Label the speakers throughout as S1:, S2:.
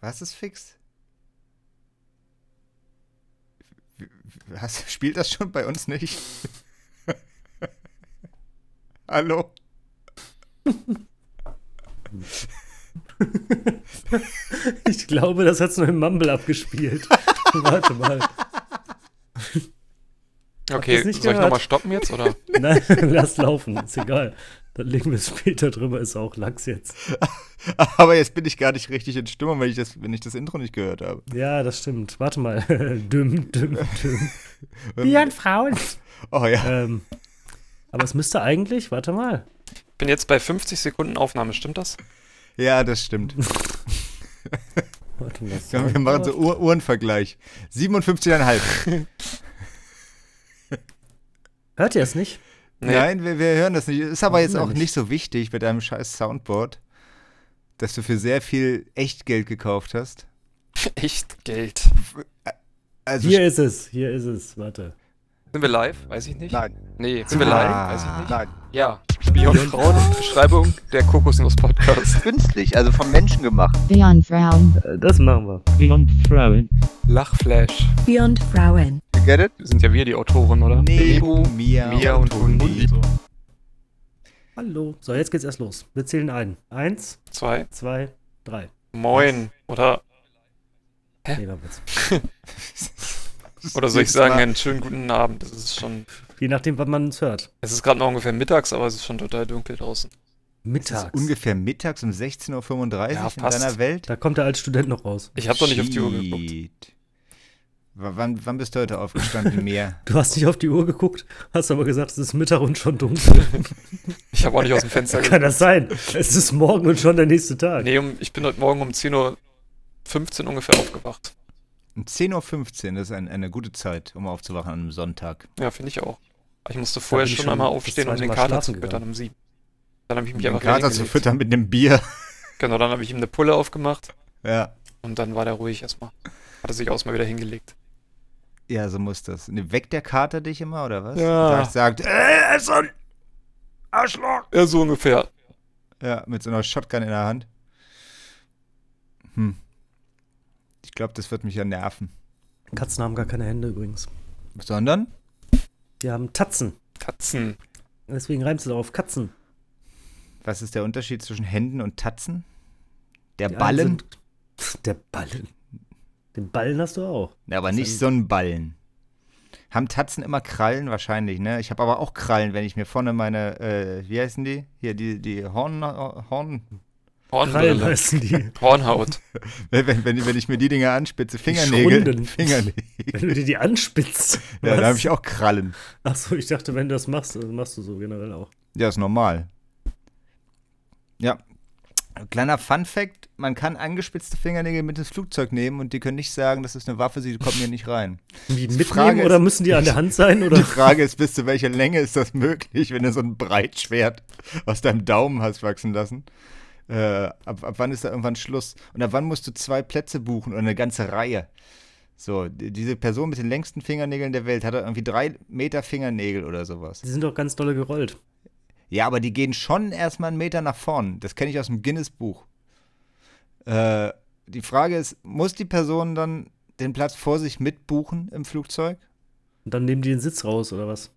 S1: Was ist fix? Was, spielt das schon bei uns nicht? Hallo?
S2: Ich glaube, das hat's nur im Mumble abgespielt. Warte mal.
S3: Okay,
S2: das
S3: soll
S2: nicht
S3: ich nochmal
S2: gehört?
S3: stoppen jetzt? Oder?
S2: Nein, lass laufen, ist egal. Dann legen wir es später drüber, ist auch Lachs jetzt.
S1: Aber jetzt bin ich gar nicht richtig in Stimmung, wenn ich das, wenn ich das Intro nicht gehört habe.
S2: Ja, das stimmt. Warte mal. Düm, düm, düm. Björn Frauen.
S1: Oh ja.
S2: Ähm, aber es müsste eigentlich, warte mal.
S3: Bin jetzt bei 50 Sekunden Aufnahme, stimmt das?
S1: Ja, das stimmt.
S2: Warte mal. das
S1: Komm, wir
S2: soll-
S1: machen so Uhr Uhrenvergleich. 57,5.
S2: Hört ihr es nicht?
S3: Nee.
S1: Nein, wir, wir hören das nicht. Ist aber jetzt
S2: wir
S1: auch
S2: nicht.
S1: nicht so wichtig bei deinem scheiß Soundboard, dass du für sehr viel Echtgeld gekauft hast.
S3: Echt Geld.
S1: Also
S2: Hier ist es, hier ist es, warte.
S3: Sind wir live? Weiß ich nicht.
S4: Nein,
S3: Nee, sind wir live?
S1: Ah.
S3: Weiß ich nicht.
S4: nein.
S3: Ja. Beyond Frauen, Beschreibung der Kokosnuss-Podcast.
S4: Künstlich, also vom Menschen gemacht.
S5: Beyond Frauen.
S2: Äh, Das machen wir.
S6: Beyond Frauen.
S3: Lachflash.
S7: Beyond Frauen.
S4: You Get it?
S3: Sind ja wir die Autoren, oder?
S1: neben oh, mir,
S3: Mia
S1: und
S3: und Hundi.
S1: Hundi.
S2: Hallo. So, jetzt geht's erst los. Wir zählen ein. Eins,
S3: Zwei.
S2: zwei, drei.
S3: Moin. Oder,
S2: Nee, war Witz.
S3: oder soll ich sagen, einen schönen guten Abend. Es ist schon.
S2: Je nachdem, wann man uns hört.
S3: Es ist gerade noch ungefähr mittags, aber es ist schon total dunkel draußen.
S1: Es ist
S2: Mittags.
S1: ungefähr mittags um 16.35 Uhr
S3: Ja,
S1: in
S3: passt.
S1: deiner Welt.
S2: Da kommt er als Student noch raus.
S3: Ich habe doch nicht auf die Uhr geguckt.
S1: Shit. W- Wann, wann bist du heute aufgestanden, Mia?
S2: Du hast nicht auf die Uhr geguckt, hast aber gesagt, es ist Mittag und schon dunkel.
S3: Ich habe auch nicht aus dem Fenster geguckt.
S2: Kann das sein? Es ist morgen und schon der nächste Tag.
S3: Nee, um, ich bin heute Morgen um 10.15 Uhr ungefähr aufgewacht.
S1: Um 10.15 Uhr ist ein, eine gute Zeit, um aufzuwachen an einem Sonntag.
S3: Ja, finde ich auch. Aber ich musste vorher
S2: bin ich
S3: schon
S2: schon
S3: einmal
S2: das
S3: aufstehen, um
S2: zweite
S3: den
S2: Mal
S3: Kater zu
S2: schlafen
S3: füttern um sieben. Dann habe ich mich
S1: Den
S3: einfach
S1: Kater zu
S3: hingelegt.
S1: füttern mit einem Bier.
S3: Genau, dann habe ich ihm eine Pulle aufgemacht
S1: Ja.
S3: und dann war der ruhig erstmal. Hat er sich auch mal wieder hingelegt.
S1: Ja, so muss das. Ne, weckt der Kater dich immer, oder was?
S3: Ja.
S1: Und sagt, äh, so ein Arschloch.
S3: Ja, so ungefähr.
S1: Ja, mit so einer Shotgun in der Hand. Hm. Ich glaube, das wird mich ja nerven.
S2: Katzen haben gar keine Hände übrigens.
S1: Sondern?
S2: Die haben Tatzen.
S3: Katzen.
S2: Deswegen reimt es auf Katzen.
S1: Was ist der Unterschied zwischen Händen und Tatzen? Der
S2: Die einen
S1: Ballen?
S2: sind- Der Ballen. Den Ballen hast du auch.
S1: Ja, aber
S2: Das
S1: nicht
S2: sind-
S1: so ein Ballen. Haben Tatzen immer Krallen wahrscheinlich, ne? Ich habe aber auch Krallen, wenn ich mir vorne meine, äh, wie heißen die? Hier, die, die Horn, Horn,
S2: Krallen
S3: Hornbrille.
S2: heißen die.
S3: Hornhaut.
S1: wenn, wenn, wenn, wenn ich mir die Dinger anspitze, Fingernägel,
S2: Schrunden.
S1: Fingernägel.
S2: Wenn du dir die anspitzt.
S1: Ja,
S2: Was?
S1: da habe ich auch Krallen.
S2: Achso, ich dachte, wenn du das machst, dann machst du so generell auch.
S1: Ja, ist normal. Ja. Kleiner Fun-Fact: Man kann angespitzte Fingernägel mit ins Flugzeug nehmen und die können nicht sagen, das ist eine Waffe, sie kommen hier nicht rein. Die
S2: Wie mitnehmen
S1: Frage
S2: oder
S1: ist-
S2: müssen die an der Hand sein?
S1: Die
S2: Oder?
S1: Frage ist, bis zu welcher Länge ist das möglich, wenn du so ein Breitschwert aus deinem Daumen hast wachsen lassen? Äh, ab, ab wann ist da irgendwann Schluss? Und ab wann musst du zwei Plätze buchen oder eine ganze Reihe? So, die- diese Person mit den längsten Fingernägeln der Welt hat da irgendwie drei Meter Fingernägel oder sowas.
S2: Die sind doch ganz dolle gerollt.
S1: Ja, aber die gehen schon erstmal einen Meter nach vorn. Das kenne ich aus dem Guinness-Buch. Äh, die Frage ist, muss die Person dann den Platz vor sich mitbuchen im Flugzeug?
S2: Und dann nehmen die den Sitz raus oder was?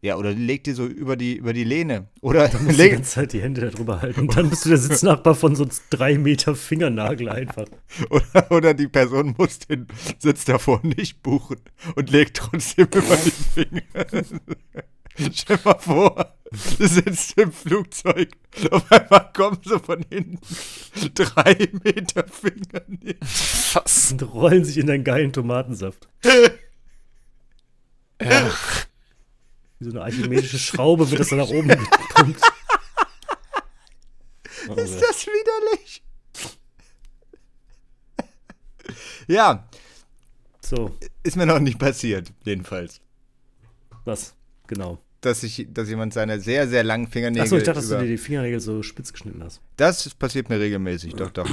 S1: Ja, oder legt die so über die, über die Lehne? Oder
S2: Du musst die
S1: legt,
S2: ganze Zeit halt die Hände darüber halten. Und dann bist du der Sitznachbar von so drei Meter Fingernagel einfach.
S1: oder, oder die Person muss den Sitz davor nicht buchen und legt trotzdem über die Finger. Stell mal vor, du sitzt im Flugzeug. Auf einmal kommen so von hinten drei Meter Fingernägel.
S3: Was?
S2: Und rollen sich in deinen geilen Tomatensaft.
S3: Ja.
S2: Wie so eine archimedische Schraube wird das dann nach oben gepumpt.
S1: Ist das widerlich? ja,
S2: So,
S1: ist mir noch nicht passiert, jedenfalls.
S2: was? Genau.
S1: Dass, ich, dass jemand seine sehr, sehr langen Fingernägel.
S2: Achso, ich dachte, dass du
S1: über-
S2: dir die Fingernägel so spitz geschnitten hast.
S1: Das passiert mir regelmäßig, doch, doch.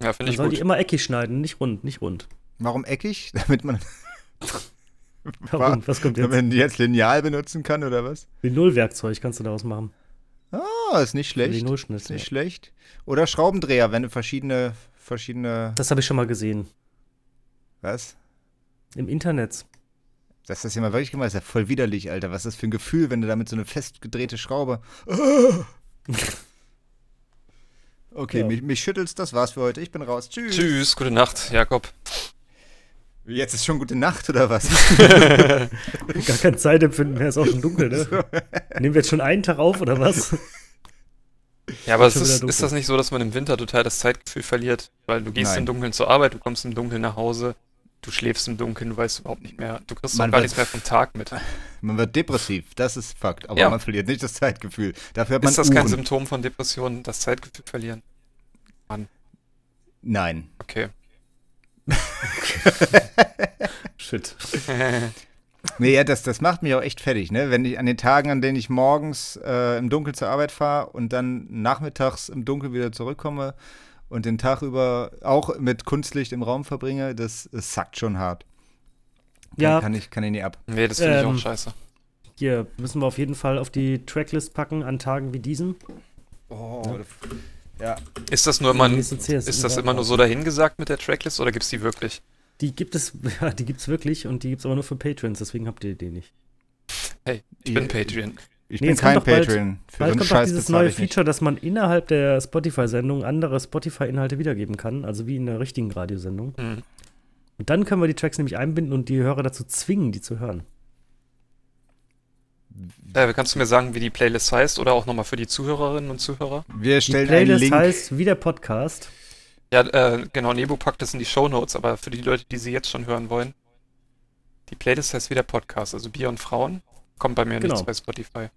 S3: Ja, finde
S2: Man
S3: ich
S2: soll die
S3: gut.
S2: immer eckig schneiden, nicht rund, nicht rund.
S1: Warum eckig? Damit man
S2: Warum? Was kommt
S1: damit
S2: jetzt?
S1: man jetzt Lineal benutzen kann oder was?
S2: Wie Nullwerkzeug kannst du daraus machen.
S1: Ah, ist nicht schlecht.
S2: Wie Nullschnitt.
S1: Ist nicht schlecht. Oder Schraubendreher, wenn du verschiedene verschiedene.
S2: Das habe ich schon mal gesehen.
S1: Was?
S2: Im Internet.
S1: Dass das jemand wirklich gemacht hat, ist ja voll widerlich, Alter. Was ist das für ein Gefühl, wenn du damit so eine festgedrehte Schraube. Ah! Okay,
S2: Ja.
S1: mich, mich schüttelst, das war's für heute. Ich bin raus. Tschüss.
S3: Tschüss, gute Nacht, Jakob.
S1: Jetzt ist schon gute Nacht, oder was?
S2: Gar kein Zeitempfinden mehr, ist auch schon dunkel, ne? Nehmen wir jetzt schon einen Tag auf oder was?
S3: Ja, aber es
S2: schon
S3: ist,
S2: wieder
S3: ist das nicht so, dass man im Winter total das Zeitgefühl verliert? Weil du gehst
S1: Nein.
S3: im Dunkeln zur Arbeit, du kommst im Dunkeln nach Hause, du schläfst im Dunkeln, du weißt überhaupt nicht mehr, du kriegst auch
S1: Man
S3: gar
S1: wird-
S3: nichts mehr vom Tag mit.
S1: man wird depressiv, das ist Fakt. Aber
S3: Ja.
S1: man verliert nicht das Zeitgefühl. Dafür hat man
S3: Ist das kein
S1: Uhren.
S3: Symptom von Depressionen, das Zeitgefühl verlieren?
S1: Nein.
S3: Okay.
S2: Shit.
S1: Nee, ja, das, das macht mich auch echt fertig, ne? Wenn ich an den Tagen, an denen ich morgens äh, im Dunkeln zur Arbeit fahre und dann nachmittags im Dunkeln wieder zurückkomme und den Tag über auch mit Kunstlicht im Raum verbringe, das, das sackt schon hart. Kann,
S2: Ja.
S1: Kann ich, kann ich nie ab.
S3: Nee, das finde ich
S2: Ähm.
S3: auch scheiße.
S2: Hier müssen wir auf jeden Fall auf die Tracklist packen an Tagen wie diesen.
S1: Oh. Ja.
S3: Ist das nur immer,
S2: Die
S3: ein-
S2: nächsten CS
S3: ist das
S2: überall
S3: immer nur so dahingesagt mit der Tracklist oder gibt's die wirklich?
S2: Die gibt es, ja, die gibt's wirklich und die gibt's aber nur für Patrons, deswegen habt ihr die nicht.
S3: Hey, ich bin Patreon.
S1: Ich
S2: Nee,
S1: bin
S2: es kommt
S1: kein
S2: doch bald-
S1: Patreon. Für
S2: Bald
S1: so einen
S2: kommt auch
S1: Scheiß
S2: dieses neue
S1: bezahle ich nicht.
S2: Feature, dass man innerhalb der Spotify-Sendung andere Spotify-Inhalte wiedergeben kann, also wie in der richtigen Radiosendung.
S3: Mhm.
S2: Und dann können wir die Tracks nämlich einbinden und die Hörer dazu zwingen, die zu hören.
S3: Daher Äh, kannst du mir sagen, wie die Playlist heißt oder auch nochmal für die Zuhörerinnen und Zuhörer?
S1: Wir
S2: Die
S1: stellen einen
S2: Playlist
S1: Link.
S2: heißt wie der Podcast.
S3: Ja, äh, genau, Nebo packt das in die Shownotes, aber für die Leute, die sie jetzt schon hören wollen, die Playlist heißt wieder Podcast, also Bier und Frauen. Kommt bei mir
S2: Genau.
S3: nichts bei Spotify.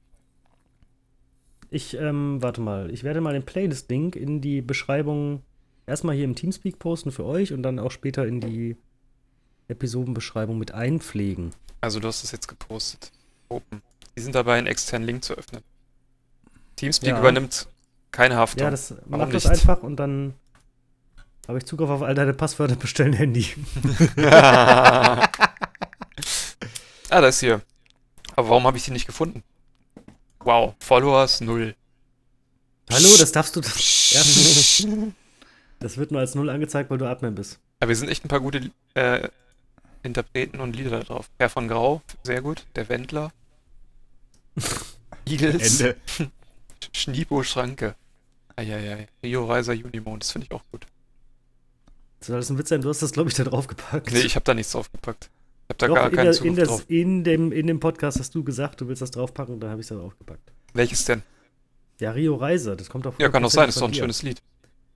S2: Ich, ähm, warte mal, ich werde mal den Playlist-Link in die Beschreibung erstmal hier im Teamspeak posten für euch und dann auch später in die Episodenbeschreibung mit einpflegen.
S3: Also du hast es jetzt gepostet. Open. Die sind dabei, einen externen Link zu öffnen. Teamspeak
S2: Ja.
S3: übernimmt keine Haftung.
S2: Ja, das mach das
S3: nicht?
S2: einfach und dann habe ich Zugriff auf all deine Passwörter, bestell ein Handy.
S3: ah, da ist hier. Aber warum habe ich die nicht gefunden? Wow, Followers null.
S2: Hallo, das darfst du. Das, ja. das wird nur als Null angezeigt, weil du Admin bist.
S3: Aber wir sind echt ein paar gute äh, Interpreten und Lieder da drauf. Herr von Grau, sehr gut. Der Wendler. Eagles.
S1: Ende.
S3: Schniebo Schranke. Eieiei. Rio Reiser Unimond, das finde ich auch gut.
S2: Soll das ein Witz sein? Du hast das, glaube ich, da drauf gepackt.
S3: Nee, ich habe da nichts draufgepackt. Ich habe da
S2: Doch,
S3: gar
S2: in,
S3: keinen
S2: der, in,
S3: Zugriff
S2: das,
S3: drauf.
S2: in, dem, in dem Podcast hast du gesagt, du willst das draufpacken, dann habe ich es da draufgepackt.
S3: Welches denn?
S2: Ja, Rio Reiser, das kommt doch
S3: Ja, kann doch sein, das ist doch ein
S2: von dir.
S3: schönes Lied.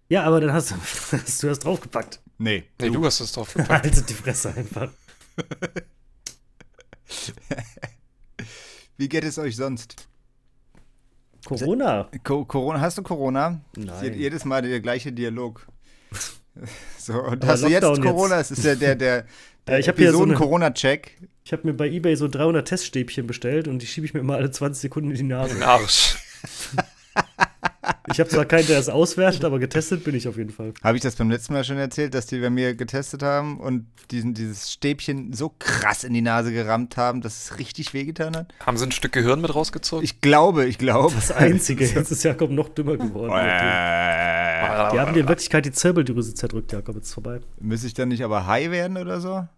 S2: Ja, aber dann hast du, hast du das draufgepackt.
S1: Nee.
S3: Nee, du hast es draufgepackt.
S2: Haltet die Fresse einfach.
S1: Wie geht es euch sonst?
S2: Corona.
S1: Co Corona, hast du Corona? Je-
S2: Nein.
S1: Jedes Mal der gleiche Dialog. So, und
S2: Aber
S1: hast du jetzt
S2: Lockdown jetzt.
S1: Corona? Es ist ja der, der, der
S2: Ja, ich hab hier so eine-
S1: Episoden-Corona-Check.
S2: Ich habe mir bei Ebay so 300 Teststäbchen bestellt und die schiebe ich mir immer alle 20 Sekunden in die Nase.
S3: Arsch.
S2: Ich habe zwar keinen, der das auswertet, aber getestet bin ich auf jeden Fall.
S1: Habe ich das beim letzten Mal schon erzählt, dass die bei mir getestet haben und diesen, dieses Stäbchen so krass in die Nase gerammt haben, dass es richtig wehgetan hat?
S3: Haben sie ein Stück Gehirn mit rausgezogen?
S1: Ich glaube, ich glaube.
S2: Das Einzige. Jetzt ist Jakob noch dümmer geworden.
S1: Oh,
S2: seitdem. Die haben dir in Wirklichkeit die Zirbeldrüse zerdrückt, Jakob. Jetzt ist vorbei.
S1: Müsste ich dann nicht aber high werden oder so?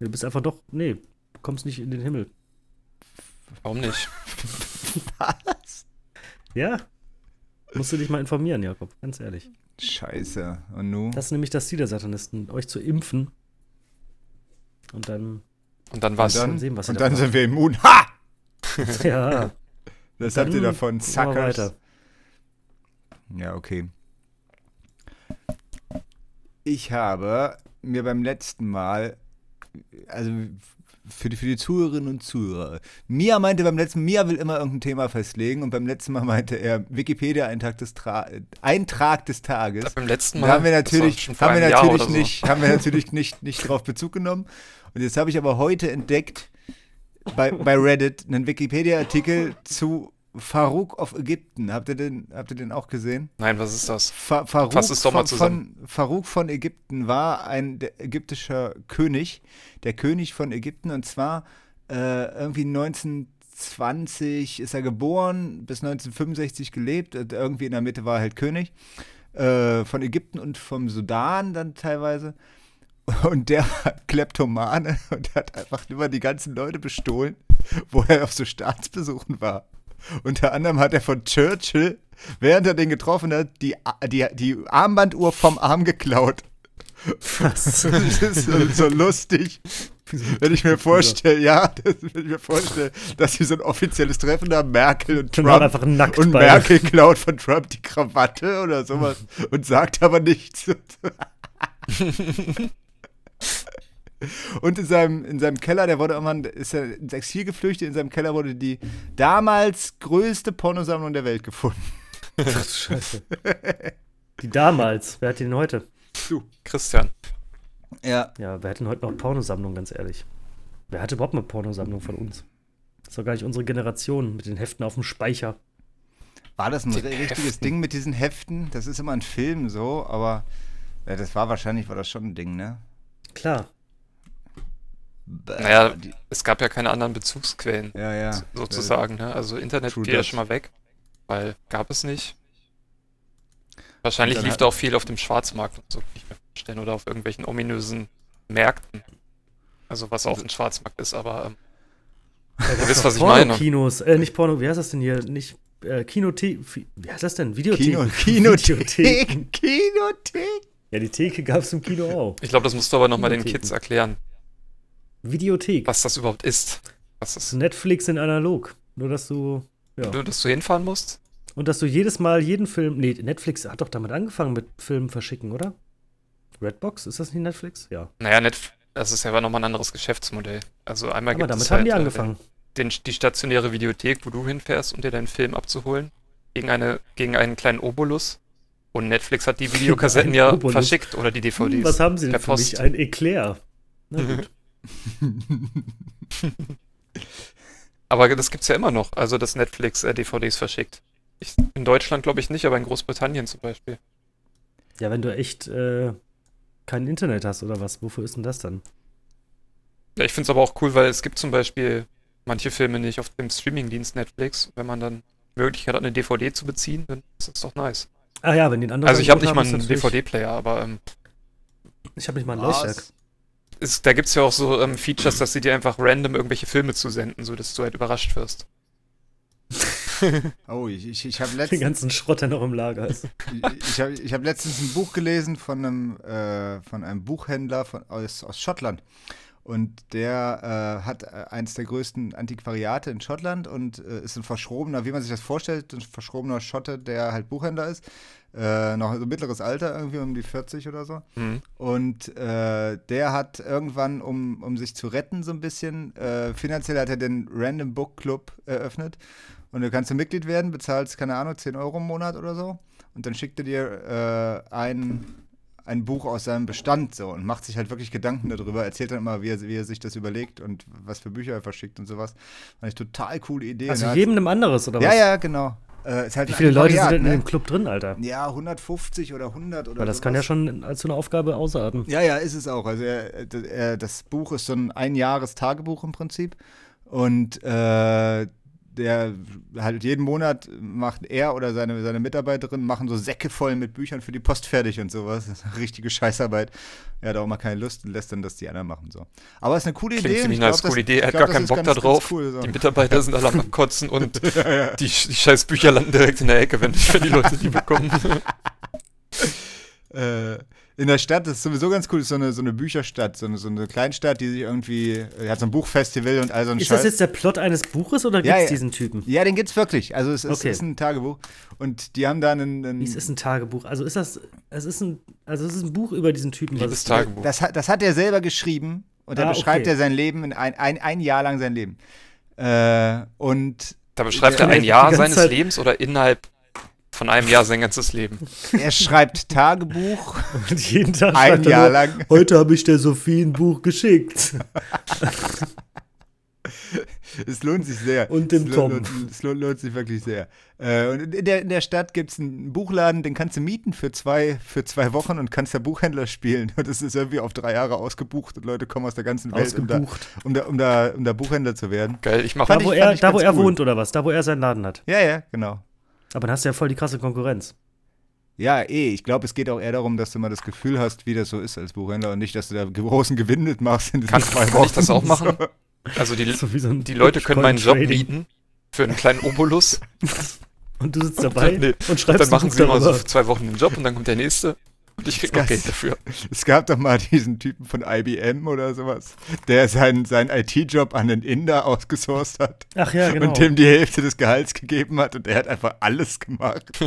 S2: Du bist einfach doch. Nee, du kommst nicht in den Himmel.
S3: Warum nicht?
S2: Ja? Musst du dich mal informieren, Jakob. Ganz ehrlich.
S1: Scheiße. Und nu?
S2: Das ist nämlich das Ziel der Satanisten, euch zu impfen. Und dann.
S3: Und dann war's.
S1: und dann,
S2: mal sehen, was ihr
S1: und
S2: da
S1: dann
S2: macht.
S1: sind wir immun. Ha!
S2: Ja.
S1: Das
S2: Dann
S1: habt ihr davon,
S2: machen wir
S1: Suckers.
S2: weiter.
S1: Ja, okay. Ich habe mir beim letzten Mal, also für die, für die Zuhörerinnen und Zuhörer, Mia meinte beim letzten Mia will immer irgendein Thema festlegen und beim letzten Mal meinte er Wikipedia-Eintrag des, Tra Eintrag des Tages.
S3: Beim letzten Mal
S1: Da haben wir
S3: das war
S1: natürlich,
S3: schon vor
S1: haben wir
S3: einem Jahr
S1: natürlich,
S3: oder so.
S1: nicht, haben wir natürlich nicht, nicht drauf Bezug genommen. Und jetzt habe ich aber heute entdeckt bei, bei Reddit einen Wikipedia-Artikel zu Farouk of Ägypten. Habt ihr den, habt ihr den auch gesehen?
S3: Nein, was ist das?
S1: Fa Farouk,
S3: Fass es doch mal
S1: von,
S3: zusammen.
S1: von, Farouk von Ägypten war ein der- ägyptischer König, der König von Ägypten und zwar äh, irgendwie 1920 ist er geboren, bis 1965 gelebt und irgendwie in der Mitte war er halt König. äh, von Ägypten und vom Sudan dann teilweise. Und der war Kleptomane und hat einfach immer die ganzen Leute bestohlen, wo er auf so Staatsbesuchen war. Unter anderem hat er von Churchill, während er den getroffen hat, die, A- die, die Armbanduhr vom Arm geklaut.
S2: Was?
S1: Das ist so, so lustig. Wenn ich mir vorstelle, ja, das, wenn ich mir vorstelle, dass sie so ein offizielles Treffen haben, Merkel und
S2: Dann war
S1: Trump.
S2: einfach nackt
S1: Und
S2: beide.
S1: Merkel klaut von Trump die Krawatte oder sowas und sagt aber nichts. Und in seinem, in seinem Keller, der wurde irgendwann, ist er ins Exil geflüchtet, in seinem Keller wurde die damals größte Pornosammlung der Welt gefunden.
S2: Ach, Scheiße. Die damals. Wer hat die denn heute?
S3: Christian.
S1: Ja.
S2: Ja, wer hat denn heute noch Pornosammlung, ganz ehrlich? Wer hatte überhaupt eine Pornosammlung von uns? Das ist doch gar nicht unsere Generation mit den Heften auf dem Speicher.
S1: War das ein
S3: Die
S1: ri- richtiges
S3: Heften.
S1: Ding mit diesen Heften? Das ist immer ein Film so, aber ja, das war wahrscheinlich, war das schon ein Ding, ne?
S2: Klar.
S3: Naja, es gab ja keine anderen Bezugsquellen,
S1: Ja, ja. Äh,
S3: so- sozusagen. Ne? Also Internet
S1: True
S3: geht ja
S1: that.
S3: schon mal weg, weil gab es nicht. Wahrscheinlich
S1: Und dann
S3: lief
S1: hat-
S3: da auch viel auf dem Schwarzmarkt und so, kann ich mir vorstellen, oder auf irgendwelchen ominösen Märkten. Also was auch ein Schwarzmarkt ist, aber ähm, ihr wisst, was ich meine.
S2: Kinos, äh, nicht Porno, wie heißt das denn hier? Nicht äh, Kinothek, wie heißt das denn? Videothek.
S1: Kino, Kinothek, Kinothek.
S2: Ja, die Theke gab es im Kino auch.
S3: Ich glaube, das musst du aber nochmal den
S2: Videotheken.
S3: Kids erklären,
S2: Videothek.
S3: was das überhaupt ist.
S2: Das
S3: Was
S2: ist
S3: das,
S2: Netflix in analog. Nur, dass du. Ja.
S3: Nur, dass du hinfahren musst?
S2: Und dass du jedes Mal jeden Film. Nee, Netflix hat doch damit angefangen mit Filmen verschicken, oder? Redbox, ist das nicht Netflix? Ja.
S3: Naja, Netf- das ist ja aber nochmal ein anderes Geschäftsmodell. Also einmal
S2: Aber
S3: gibt
S2: damit
S3: es
S2: haben
S3: halt,
S2: die
S3: äh,
S2: angefangen.
S3: Den, die stationäre Videothek, wo du hinfährst, um dir deinen Film abzuholen, gegen, eine, gegen einen kleinen Obolus. Und Netflix hat die Videokassetten
S2: einen
S3: ja
S2: Obolus.
S3: verschickt oder die
S2: Hm,
S3: DVDs.
S2: was haben sie
S3: per
S2: denn für
S3: Post. Mhm.
S2: mich? Ein Eclair. Na gut.
S3: Aber das gibt's ja immer noch, also dass Netflix äh, DVDs verschickt. Ich, in Deutschland glaube ich nicht, aber in Großbritannien zum Beispiel.
S2: ja, wenn du echt äh, kein Internet hast oder was, wofür ist denn das dann?
S3: Ja, ich finde es aber auch cool, weil es gibt zum Beispiel manche Filme nicht auf dem Streamingdienst Netflix. Wenn man dann die Möglichkeit hat, eine DVD zu beziehen, dann ist das doch nice.
S2: Ah ja, wenn den anderen.
S3: Also ich habe nicht
S2: haben,
S3: mal
S2: ist
S3: einen
S2: natürlich-
S3: DVD-Player, aber ähm,
S2: Ich habe nicht mal ein Leuchtwerk.
S3: ist, da gibt's ja auch so ähm, Features, dass sie dir einfach random irgendwelche Filme zusenden, so dass du halt überrascht wirst.
S1: Oh, ich, ich, ich habe
S2: Den
S1: letztens,
S2: ganzen Schrott, der noch im Lager ist.
S1: ich hab, ich hab letztens ein Buch gelesen von einem, äh, von einem Buchhändler von, aus, aus Schottland. Und der äh, hat äh, eines der größten Antiquariate in Schottland und äh, ist ein verschrobener, wie man sich das vorstellt, ein verschrobener Schotte, der halt Buchhändler ist. Äh, noch so mittleres Alter, irgendwie um die 40 oder so.
S3: Mhm.
S1: Und äh, der hat irgendwann, um, um sich zu retten so ein bisschen, äh, finanziell hat er den Random Book Club eröffnet. Und du kannst du Mitglied werden, bezahlst, keine Ahnung, 10 Euro im Monat oder so. Und dann schickt er dir äh, ein, ein Buch aus seinem Bestand so und macht sich halt wirklich Gedanken darüber. Erzählt dann immer, wie er, wie er sich das überlegt und was für Bücher er verschickt und sowas. Fand ich total coole Idee.
S2: Also
S1: Und er hat-
S2: jedem einem anderes, oder
S1: ja,
S2: was?
S1: ja, genau. Äh, ist halt
S2: Wie
S1: ein
S2: viele Leute sind
S1: Antiquariat,
S2: denn in
S1: ne?
S2: dem Club drin, Alter?
S1: Ja, 150 oder 100 oder
S2: Weil das kann
S1: sowas.
S2: ja schon als so eine Aufgabe ausarten.
S1: Ja, ja, ist es auch. Also er, d- er, das Buch ist so ein Einjahres-Tagebuch im Prinzip. Und äh, der halt jeden Monat macht er oder seine, seine Mitarbeiterin machen so Säcke voll mit Büchern für die Post fertig und sowas. Das ist eine richtige Scheißarbeit. Er hat auch mal keine Lust und lässt dann das die anderen machen so. Aber ist eine coole
S3: Klingt
S1: Idee.
S3: ziemlich
S1: Ich glaub,
S3: nice,
S1: das-
S3: coole Idee. Er
S1: ich
S3: hat
S1: glaub,
S3: gar
S1: das
S3: keinen
S1: ist
S3: Bock
S1: ganz-
S3: da
S1: ganz
S3: drauf.
S1: cool, so.
S3: Die Mitarbeiter sind alle am Abkotzen und Die, sch- die scheiß Bücher landen direkt in der Ecke, wenn, wenn die Leute die bekommen.
S1: äh, in der Stadt das ist sowieso ganz cool, das ist so eine, so eine Bücherstadt, so eine, so eine Kleinstadt, die sich irgendwie, die hat so ein Buchfestival und all so ein
S2: Ist
S1: Scheiß.
S2: das jetzt der Plot eines Buches oder
S1: Ja, ja.
S2: gibt's diesen Typen?
S1: Ja, den gibt's wirklich. Also es ist,
S2: Okay.
S1: ist ein Tagebuch. Und die haben da einen. einen
S2: Es ist ein Tagebuch. Also ist das, es ist ein, also es ist ein Buch über diesen Typen. was
S3: Liebes
S2: es-
S3: Tagebuch.
S1: das, hat, das hat er selber geschrieben und da
S2: Ah,
S1: beschreibt
S2: okay.
S1: er sein Leben in ein, ein, ein Jahr lang sein Leben. Äh, und
S3: Da beschreibt
S1: der-
S3: er ein
S2: die
S3: Jahr
S2: ganze
S3: seines
S2: Zeit-
S3: Lebens oder innerhalb von einem Jahr sein ganzes Leben.
S1: er schreibt Tagebuch.
S2: Und jeden Tag
S1: Ein
S2: schreibt er
S1: Jahr
S2: nur,
S1: lang.
S2: Heute habe ich der Sophie ein Buch geschickt.
S1: Es lohnt sich sehr.
S2: Und dem
S1: es
S2: Tom.
S1: Lohnt, es lohnt, lohnt sich wirklich sehr. Äh, und in der, in der Stadt gibt es einen Buchladen, den kannst du mieten für zwei, für zwei Wochen und kannst der Buchhändler spielen. Und das ist irgendwie auf drei Jahre ausgebucht und Leute kommen aus der ganzen Welt, um da,
S2: Ausgebucht.
S1: um, da, um, da, um da Buchhändler zu werden.
S3: Geil, ich mache
S1: Fand
S2: Da, wo
S1: ich-
S2: er,
S1: ich
S2: da, wo
S1: ganz
S2: er
S1: cool.
S2: wohnt oder was? Da, wo er seinen Laden hat.
S1: Ja, ja, genau.
S2: Aber dann hast du ja voll die krasse Konkurrenz.
S1: Ja, eh. Ich glaube, es geht auch eher darum, dass du mal das Gefühl hast, wie das so ist als Buchhändler und nicht, dass du da großen Gewinn mitmachst in diesen
S3: Kann-
S1: zwei Wochen.
S3: kann ich das auch machen? Also die,
S2: So wie so ein
S3: die Leute können meinen Job
S2: Bitcoin-Trading.
S3: mieten für einen kleinen Obolus.
S2: Und du sitzt dabei
S3: Nee,
S2: und schreibst
S3: dann machen
S2: ein Buch
S3: sie immer so
S2: darüber.
S3: für zwei Wochen den Job und dann kommt der nächste. Und ich krieg noch
S1: Das-
S3: Geld dafür.
S1: Es gab doch mal diesen Typen von IBM oder sowas, der seinen, seinen IT-Job an den Inder ausgesourced hat
S2: Ach ja, genau.
S1: und dem die Hälfte des Gehalts gegeben hat und der hat einfach alles gemacht.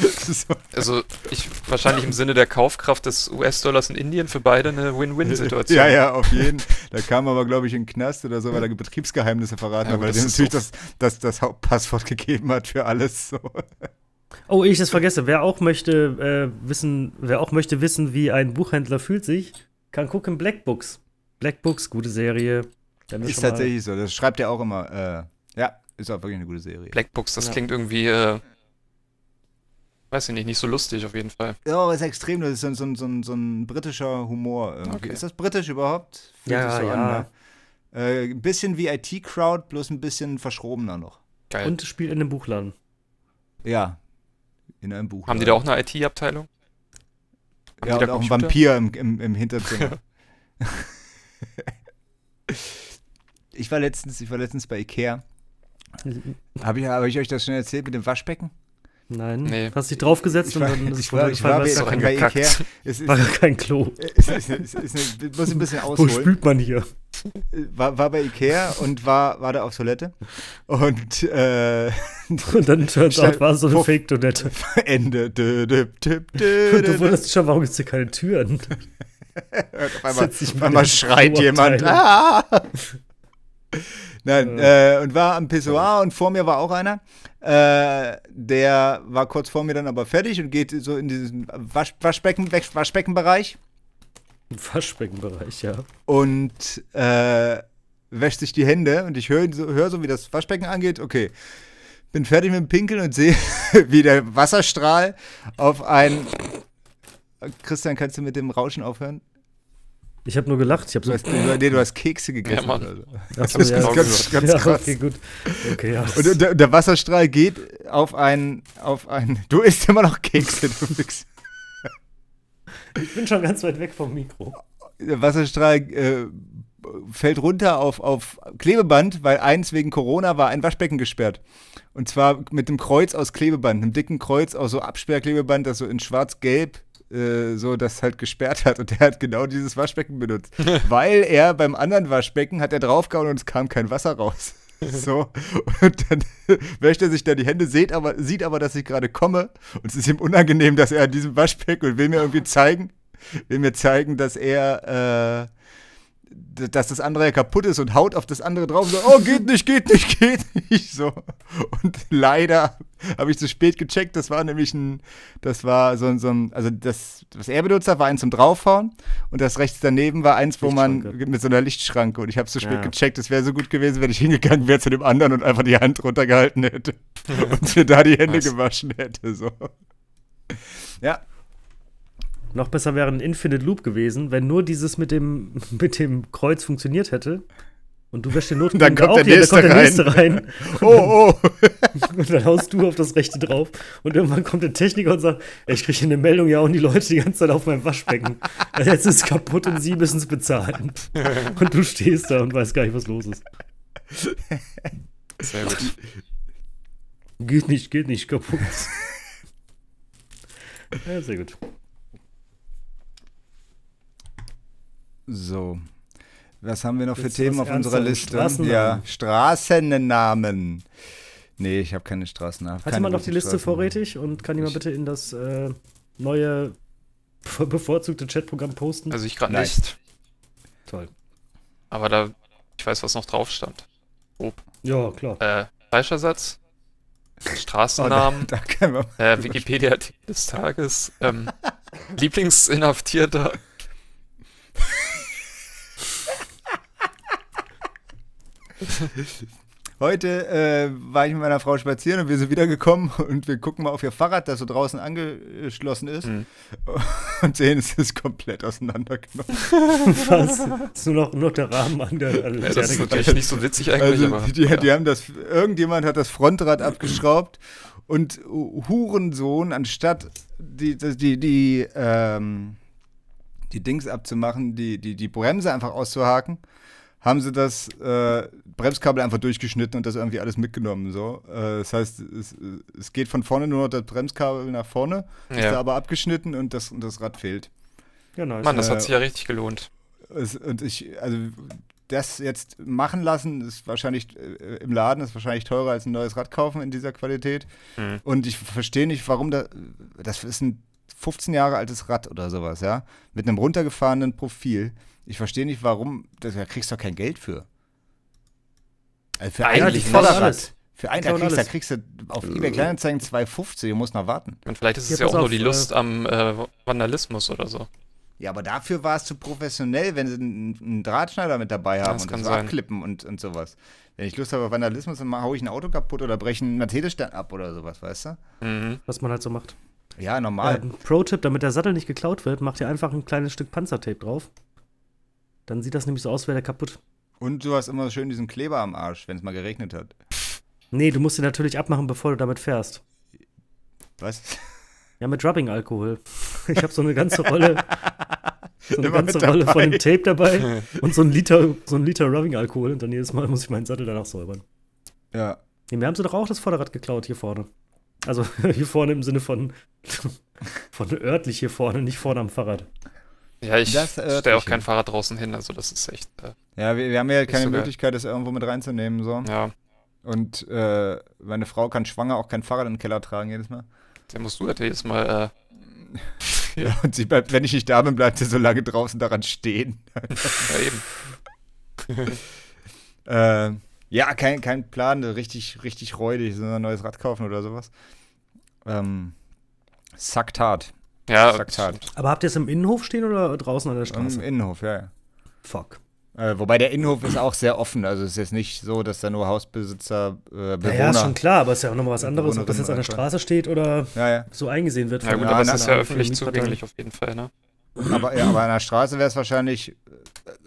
S1: Das ist so.
S3: Also ich wahrscheinlich im Sinne der Kaufkraft des US-Dollars in Indien für beide eine Win-Win-Situation.
S1: Ja, ja, auf jeden. Da kam aber, glaube ich, in den Knast oder so, weil er Betriebsgeheimnisse verraten
S3: Ja,
S1: hat,
S3: gut,
S1: weil er
S3: das
S1: dem
S3: ist
S1: natürlich
S3: so.
S1: das, das, das Hauptpasswort gegeben hat für alles. So.
S2: Oh, ich das vergesse. Wer auch möchte äh, wissen, wer auch möchte wissen, wie ein Buchhändler fühlt sich, kann gucken Black Books. Black Books, gute Serie. Wir haben das
S1: Ist
S2: schon mal-
S1: tatsächlich so. Das schreibt er auch immer. Äh, ja, ist auch wirklich eine gute Serie.
S3: Black Books, das
S2: Ja.
S3: klingt irgendwie, äh, weiß ich nicht, nicht so lustig auf jeden Fall.
S1: Ja, Oh, ist extrem. Das ist so, ein- so, ein- so, ein- so ein britischer Humor. Irgendwie.
S3: Okay.
S1: Ist das britisch überhaupt?
S2: Ja,
S1: sich so
S2: ja.
S1: ne? Äh, ein bisschen wie IT-Crowd, bloß ein bisschen verschrobener noch.
S3: Geil.
S2: Und spielt in einem Buchladen.
S1: Ja. In einem Buch.
S3: Haben die da auch eine IT-Abteilung?
S1: Ja, und auch ein Vampir im, im, im Hinterzimmer. ich, war letztens, ich war letztens bei Ikea. Habe ich, hab ich euch das schon erzählt mit dem Waschbecken?
S2: Nein.
S3: Nee.
S2: Hast dich draufgesetzt
S1: Ich
S2: und
S1: war,
S2: dann ist es
S1: ich war, ich war
S2: runtergefallen, weil
S1: bei,
S2: es gar
S3: ist
S2: kein-
S3: doch ein-
S1: bei
S3: reingekackt.
S1: Ikea. Es ist,
S2: war gar kein Klo.
S1: es ist, es ist, es ist, eine- muss ich ein bisschen
S2: Wo
S1: ausholen.
S2: spült man hier?
S1: war, war bei Ikea und war, war da auf Toilette. Und äh,
S2: Und dann turns
S1: Stell-
S2: out, war es so eine
S1: Puff.
S2: Fake-Toilette.
S1: Ende. Dö, dö, dö, dö,
S2: Und
S1: dö,
S2: du
S1: dö.
S2: wunderst dich schon, warum gibt es hier keine Türen?
S1: Und Auf einmal,
S2: setz dich
S1: auf
S2: mit
S1: einmal
S2: dem
S1: schreit
S2: Klo-Abteil.
S1: jemand. Ah! Nein, äh, und war am Pissoir und vor mir war auch einer. Äh, der war kurz vor mir dann aber fertig und geht so in diesen Wasch, Waschbecken, Wasch- Waschbeckenbereich.
S2: Im Waschbeckenbereich, ja.
S1: und äh, wäscht sich die Hände und ich höre so, hör so, wie das Waschbecken angeht. Okay, bin fertig mit dem Pinkeln und sehe, wie der Wasserstrahl auf ein. Christian, kannst du mit dem Rauschen aufhören?
S2: Ich habe nur gelacht. Ich habe
S1: Du
S2: so.
S1: hast, du, nee, du hast Kekse gegessen.
S3: Ja, Mann.
S1: oder so.
S2: Ach so,
S1: das ist
S2: ja,
S1: ganz- ganz
S2: ja,
S1: krass.
S2: Okay, gut. Okay, ja.
S1: und, und der, der Wasserstrahl geht auf ein, auf ein. Du isst immer noch Kekse, du Wichs.
S2: ich bin schon ganz weit weg vom Mikro.
S1: Der Wasserstrahl äh, fällt runter auf, auf Klebeband, weil eins wegen Corona war ein Waschbecken gesperrt. Und zwar mit einem Kreuz aus Klebeband, einem dicken Kreuz aus so Absperrklebeband, das so in schwarz-gelb äh, so das halt gesperrt hat. Und der hat genau dieses Waschbecken benutzt. weil er beim anderen Waschbecken hat er draufgehauen und es kam kein Wasser raus. So, und dann wäscht er sich da die Hände, sieht aber, sieht aber, dass ich gerade komme. Und es ist ihm unangenehm, dass er an diesem Waschbecken und will mir irgendwie zeigen, will mir zeigen, dass er, äh, d- dass das andere ja kaputt ist und haut auf das andere drauf und so, oh, geht nicht, geht nicht, geht nicht, so. Und leider habe ich zu spät gecheckt, das war nämlich ein, das war so ein, so ein also das, was er benutzt hat, war eins zum Draufhauen und das rechts daneben war eins, wo man
S2: Lichtschranke.
S1: mit so einer Lichtschranke und ich habe es zu spät
S2: Ja.
S1: gecheckt, es wäre so gut gewesen, wenn ich hingegangen wäre zu dem anderen und einfach die Hand runtergehalten hätte und mir da die Hände
S3: Nice.
S1: gewaschen hätte, so. Ja,
S2: Noch besser wäre ein Infinite Loop gewesen, wenn nur dieses mit dem, mit dem Kreuz funktioniert hätte. Und du wäschst den Notruf
S1: Dann kommt der
S2: dann kommt der
S1: Nächste
S2: nächste rein.
S1: oh, oh.
S2: Und dann haust du auf das Rechte drauf. Und irgendwann kommt der Techniker und sagt: "Ey, Ich kriege eine Meldung, ja, und die Leute die ganze Zeit auf meinem Waschbecken. Also Jetzt ist es kaputt und sie müssen es bezahlen. Und du stehst da und weißt gar nicht, was los ist.
S3: Sehr gut.
S2: Geht nicht, geht nicht, kaputt. Ja, sehr gut.
S1: So. Was haben wir noch für
S2: Jetzt
S1: Themen
S2: was
S1: auf unserer
S2: Ernstes.
S1: Liste?
S2: Straßennamen.
S1: Ja, Straßennamen. Nee, ich habe keine Straßennamen.
S2: Hat
S1: keine
S2: jemand noch die
S1: guten
S2: Liste
S1: Straßennamen.
S2: vorrätig und kann jemand bitte in das äh, neue be- bevorzugte Chatprogramm posten?
S3: Also ich gerade
S1: Nein.
S3: nicht,
S2: Toll.
S3: aber da, ich weiß, was noch drauf stand.
S2: Ja, klar.
S3: Äh, Fleischersatz,
S1: Oh, da,
S3: Straßennamen,
S1: da können wir
S3: äh, Wikipedia-Artikel des Tages, ähm, Lieblingsinhaftierter.
S1: Heute äh, war ich mit meiner Frau spazieren und wir sind wiedergekommen und wir gucken mal auf ihr Fahrrad, das so draußen angeschlossen ist
S2: Hm.
S3: Mhm.
S1: und sehen, es ist komplett auseinandergenommen.
S2: Was? Ist nur noch, nur noch der Rahmen an der an der
S3: Ja, das ist
S2: Laterne.
S3: natürlich nicht so witzig eigentlich,
S1: Also
S3: aber
S1: die, die
S3: ja.
S1: haben das, irgendjemand hat das Frontrad abgeschraubt Und Hurensohn, anstatt die, die, die, die, ähm, die Dings abzumachen, die, die, die Bremse einfach auszuhaken, haben sie das äh, Bremskabel einfach durchgeschnitten und das irgendwie alles mitgenommen. So. Äh, das heißt, es, es geht von vorne nur noch das Bremskabel nach vorne, ist
S3: Ja.
S1: da aber abgeschnitten und das, und das Rad fehlt.
S2: Ja, nice.
S3: Mann, das
S1: äh,
S3: hat sich ja richtig gelohnt.
S1: Es, und ich, also das jetzt machen lassen, ist wahrscheinlich äh, im Laden, ist wahrscheinlich teurer als ein neues Rad kaufen in dieser Qualität.
S3: Mhm.
S1: Und ich verstehe nicht, warum da, das ist ein 15 Jahre altes Rad oder sowas, ja, mit einem runtergefahrenen Profil. Ich verstehe nicht, warum, das- da kriegst du doch kein Geld für. Also für
S3: Eigentlich
S1: ein
S3: nicht.
S1: Vorderrad. Für ein, da
S2: Klauen
S1: kriegst, da
S2: alles.
S1: kriegst du auf eBay Kleinanzeigen 2,50, du musst noch warten.
S3: Und vielleicht ist
S2: Hier,
S3: es ja auch
S2: pass
S3: nur
S2: auf,
S3: die
S2: äh,
S3: Lust am äh, Vandalismus oder so.
S1: Ja, aber dafür war es zu professionell, wenn sie einen, einen Drahtschneider mit dabei haben
S3: das
S1: und
S3: kann
S1: das
S3: sein.
S1: abklippen und, und sowas. Wenn ich Lust habe auf Vandalismus, dann haue ich ein Auto kaputt oder breche einen Mercedes-Stern ab oder sowas, weißt du?
S3: Mhm.
S2: was man halt so macht.
S1: Ja, normal.
S2: Ähm, Pro-Tipp, damit der Sattel nicht geklaut wird, macht ihr einfach ein kleines Stück Panzertape drauf. Dann sieht das nämlich so aus, wäre der kaputt.
S1: Und du hast immer schön diesen Kleber am Arsch, wenn es mal geregnet hat.
S2: Nee, du musst ihn natürlich abmachen, bevor du damit fährst.
S1: Was?
S2: Ja, mit Rubbing-Alkohol. Ich habe so eine ganze Rolle, so eine
S1: Immer mit
S2: ganze Rolle
S1: dabei.
S2: von dem Tape dabei und so ein Liter, so ein Liter Rubbing-Alkohol. Und dann jedes Mal muss ich meinen Sattel danach säubern.
S1: Ja.
S2: Nee, mir haben sie doch auch das Vorderrad geklaut hier vorne. Also hier vorne im Sinne von, von örtlich hier vorne, nicht vorne am Fahrrad.
S3: Ja, ich
S1: Das hört
S3: stelle auch
S1: mich
S3: kein
S1: hin.
S3: Fahrrad draußen hin, also das ist echt, äh,
S1: Ja, wir, wir haben ja keine
S3: so geil.
S1: Möglichkeit, das irgendwo mit reinzunehmen. So.
S3: ja,
S1: Und äh, meine Frau kann schwanger auch kein Fahrrad in den Keller tragen jedes Mal.
S3: der musst du halt jedes Mal,
S1: Ja. Und sie bleibt, wenn ich nicht da bin, bleibt sie so lange draußen daran stehen.
S3: äh, ja
S1: Äh,
S3: eben.
S1: ja, kein, kein Plan, richtig, richtig räudig, so ein neues Rad kaufen oder sowas. Ähm, sackt hart.
S3: Ja,
S1: sackt hart.
S2: Aber habt ihr es im Innenhof stehen oder draußen an der
S1: Im
S2: Straße?
S1: Innenhof, ja, ja.
S2: Fuck.
S1: Äh, wobei der Innenhof ist auch sehr offen. Also es ist jetzt nicht so, dass da nur Hausbesitzer, äh, Bewohner.
S2: Ja, ist schon klar, aber ist ja auch nochmal was anderes, ob das
S1: Bewohnerinnen
S2: jetzt an der
S1: einfach.
S2: Straße steht oder
S1: ja, ja.
S2: so eingesehen wird.
S3: Ja gut,
S1: Ja,
S3: aber es
S1: na,
S3: ist ja
S2: von den
S3: öffentlich
S2: Mietparteien.
S3: zugänglich auf jeden Fall, ne?
S1: Aber, ja, aber an der Straße wäre es wahrscheinlich äh,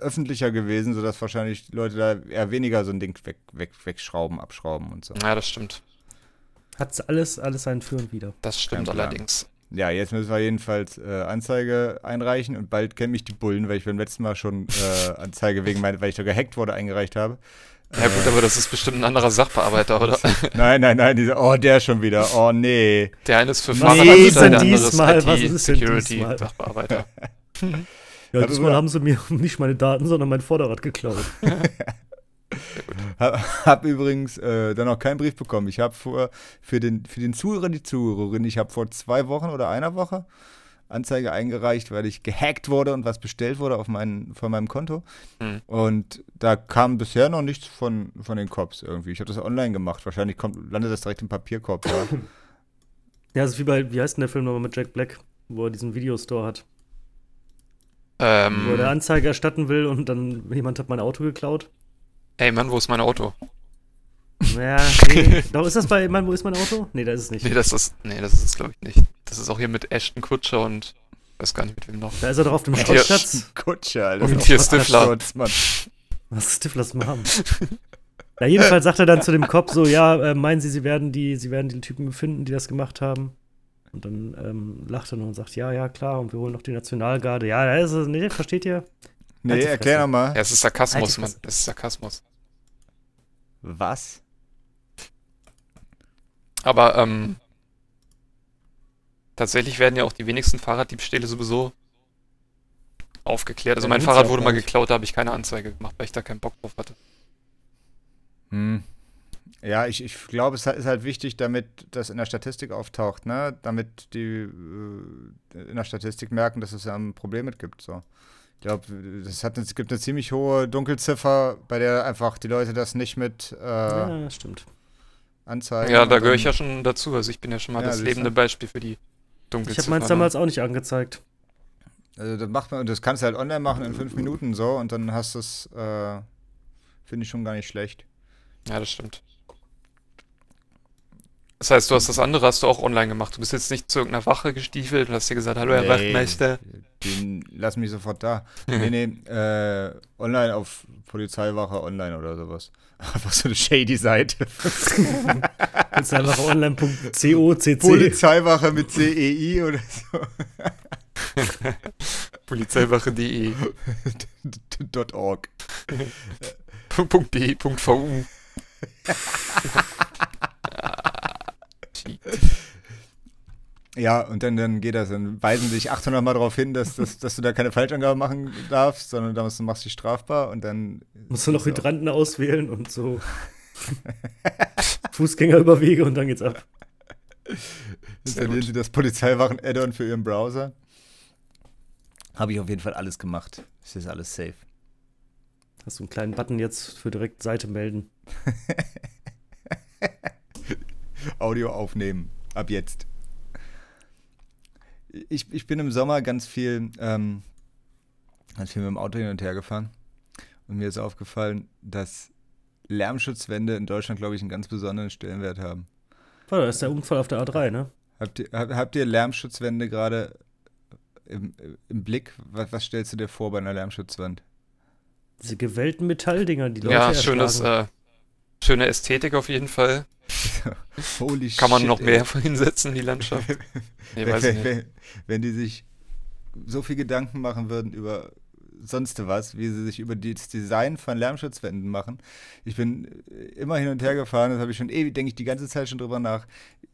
S1: öffentlicher gewesen, sodass wahrscheinlich die Leute da eher weniger so ein Ding weg, weg, wegschrauben, abschrauben und so.
S3: Ja, das stimmt.
S2: Hat alles, alles sein Für und Wider.
S3: Das stimmt
S1: Plan.
S3: allerdings.
S1: Ja, jetzt müssen wir jedenfalls äh, Anzeige einreichen und bald kennen mich die Bullen, weil ich beim letzten Mal schon äh, Anzeige wegen meiner, weil ich da gehackt wurde, eingereicht habe.
S3: Ja gut, aber das ist bestimmt ein anderer Sachbearbeiter, oder?
S1: Nein, nein, nein, diese, oh, der schon wieder, oh nee.
S3: Der eine ist für
S2: Was
S3: Fahrrad,
S2: ist
S3: der
S2: denn
S3: andere ist
S2: diesmal? Was ist denn diesmal?
S3: IT-Security-Sachbearbeiter.
S2: Ja,
S1: Aber
S2: diesmal
S1: so-
S2: haben sie mir nicht meine Daten, sondern mein Vorderrad geklaut.
S1: Hab, hab übrigens äh, dann noch keinen Brief bekommen. Ich habe vor, für den, für den Zuhörer, die Zuhörerin, ich habe vor zwei Wochen oder einer Woche Anzeige eingereicht, weil ich gehackt wurde und was bestellt wurde auf meinen, von meinem Konto.
S3: Hm.
S1: Und da kam bisher noch nichts von, von den Cops irgendwie. Ich habe das online gemacht. Wahrscheinlich kommt, landet das direkt im Papierkorb. Ja.
S2: Ja, das ist wie bei, wie heißt denn der Film nochmal mit Jack Black, wo er diesen Videostore hat, wo er
S3: Ähm,
S2: Anzeige erstatten will und dann jemand hat mein Auto geklaut.
S3: ey Mann, wo ist mein Auto?
S2: Ja, nee. Doch, ist das bei Mann, wo ist mein Auto? Nee, da ist es nicht.
S3: Nee, das ist, nee, das ist es glaube ich nicht. Das ist auch hier mit Ashton Kutscher und weiß gar nicht mit wem noch.
S2: Da ist er doch auf dem
S3: Hier.
S2: Schrottplatz.
S1: Kutsche, Alter.
S3: Und
S1: Das ist
S3: hier
S1: auch
S3: Stifler.
S1: Absturz, Mann.
S2: Was Stiff, lass mal haben. Ja, jedenfalls sagt er dann zu dem Cop so, ja, äh, meinen Sie, Sie werden die, Sie werden die Typen finden, die das gemacht haben? Und dann ähm, lacht er nur und sagt, ja, ja, klar, und wir holen noch die Nationalgarde. Ja, da ist es, nee, versteht ihr?
S1: Nee,
S2: Alte
S1: erklär
S2: Fresse.
S1: nochmal.
S3: Ja, es ist Sarkasmus,
S2: Alte
S3: Mann.
S2: Fresse.
S3: Es ist Sarkasmus.
S1: Was?
S3: Aber ähm, tatsächlich werden ja auch die wenigsten Fahrraddiebstähle sowieso aufgeklärt. Also
S2: Ja,
S3: mein
S2: gibt's ja
S3: Fahrrad
S2: auch
S3: wurde
S2: gar
S3: mal
S2: nicht.
S3: geklaut, da habe ich keine Anzeige gemacht, weil ich da keinen Bock drauf hatte.
S1: Hm. Ja, ich, ich glaube, es ist halt wichtig, damit das in der Statistik auftaucht, ne? Damit die äh, in der Statistik merken, dass es da ein Problem mit gibt. So. Ich glaube, das hat, es gibt eine ziemlich hohe Dunkelziffer, bei der einfach die Leute das nicht mit äh,
S2: Ja, stimmt.
S1: anzeigen.
S3: Ja,
S1: und
S3: da gehöre ich
S1: dann-
S3: ja schon dazu. Also ich bin ja schon mal
S1: Ja,
S3: das
S1: siehst du.
S3: lebende Beispiel für die
S2: Ich habe
S3: Dunkelziffer.
S2: meins damals auch nicht angezeigt.
S1: Also das macht man, das kannst du halt online machen in fünf Minuten so und dann hast du es, äh, finde ich schon gar nicht schlecht.
S3: Ne? Ja, das stimmt. Das heißt, du hast das andere hast du auch online gemacht. Du bist jetzt nicht zu irgendeiner Wache gestiefelt und hast dir gesagt, hallo Herr
S1: Nee.
S3: Wachtmeister.
S1: Den lass mich sofort da. Nee, nee, äh, online auf Polizeiwache online oder sowas. Einfach so eine shady Seite.
S2: Jetzt einfach online.cocc.
S1: Polizeiwache mit CEI oder so.
S3: Polizeiwache.de,
S1: Dot .org.
S3: Punkt .de, Punkt .vu.
S1: Ja, und dann, dann geht das. Dann weisen dich 800 Mal darauf hin, dass, dass, dass du da keine Falschangabe machen darfst, sondern damals du machst dich strafbar und dann.
S2: Musst du noch Hydranten auswählen und so. Fußgängerüberwege und dann geht's ab.
S1: installieren sie das Polizeiwachen-Add-on für ihren Browser. Habe ich auf jeden Fall alles gemacht. Es ist alles safe.
S2: Hast du einen kleinen Button jetzt für direkt Seite melden?
S1: Audio aufnehmen. Ab jetzt. Ich, ich bin im Sommer ganz viel, ähm, ganz viel mit dem Auto hin und her gefahren. Und mir ist aufgefallen, dass Lärmschutzwände in Deutschland, glaube ich, einen ganz besonderen Stellenwert haben.
S2: Warte, das ist der Unfall auf der A3, ne?
S1: Habt ihr, hab, habt ihr Lärmschutzwände gerade im, im Blick? Was, was stellst du dir vor bei einer Lärmschutzwand?
S2: Diese gewellten Metalldinger, die Leute
S3: Ja, schönes,
S2: erschlagen.
S3: äh, schöne Ästhetik auf jeden Fall.
S1: Holy shit.
S3: Kann man noch
S1: ey.
S3: mehr hinsetzen in die Landschaft? Nee,
S1: wenn,
S3: weiß
S1: wenn,
S3: ich nicht.
S1: wenn, wenn die sich so viel Gedanken machen würden über sonst was, wie sie sich über das Design von Lärmschutzwänden machen. Ich bin äh, immer hin und her gefahren, das habe ich schon ewig, denke ich, die ganze Zeit schon drüber nach,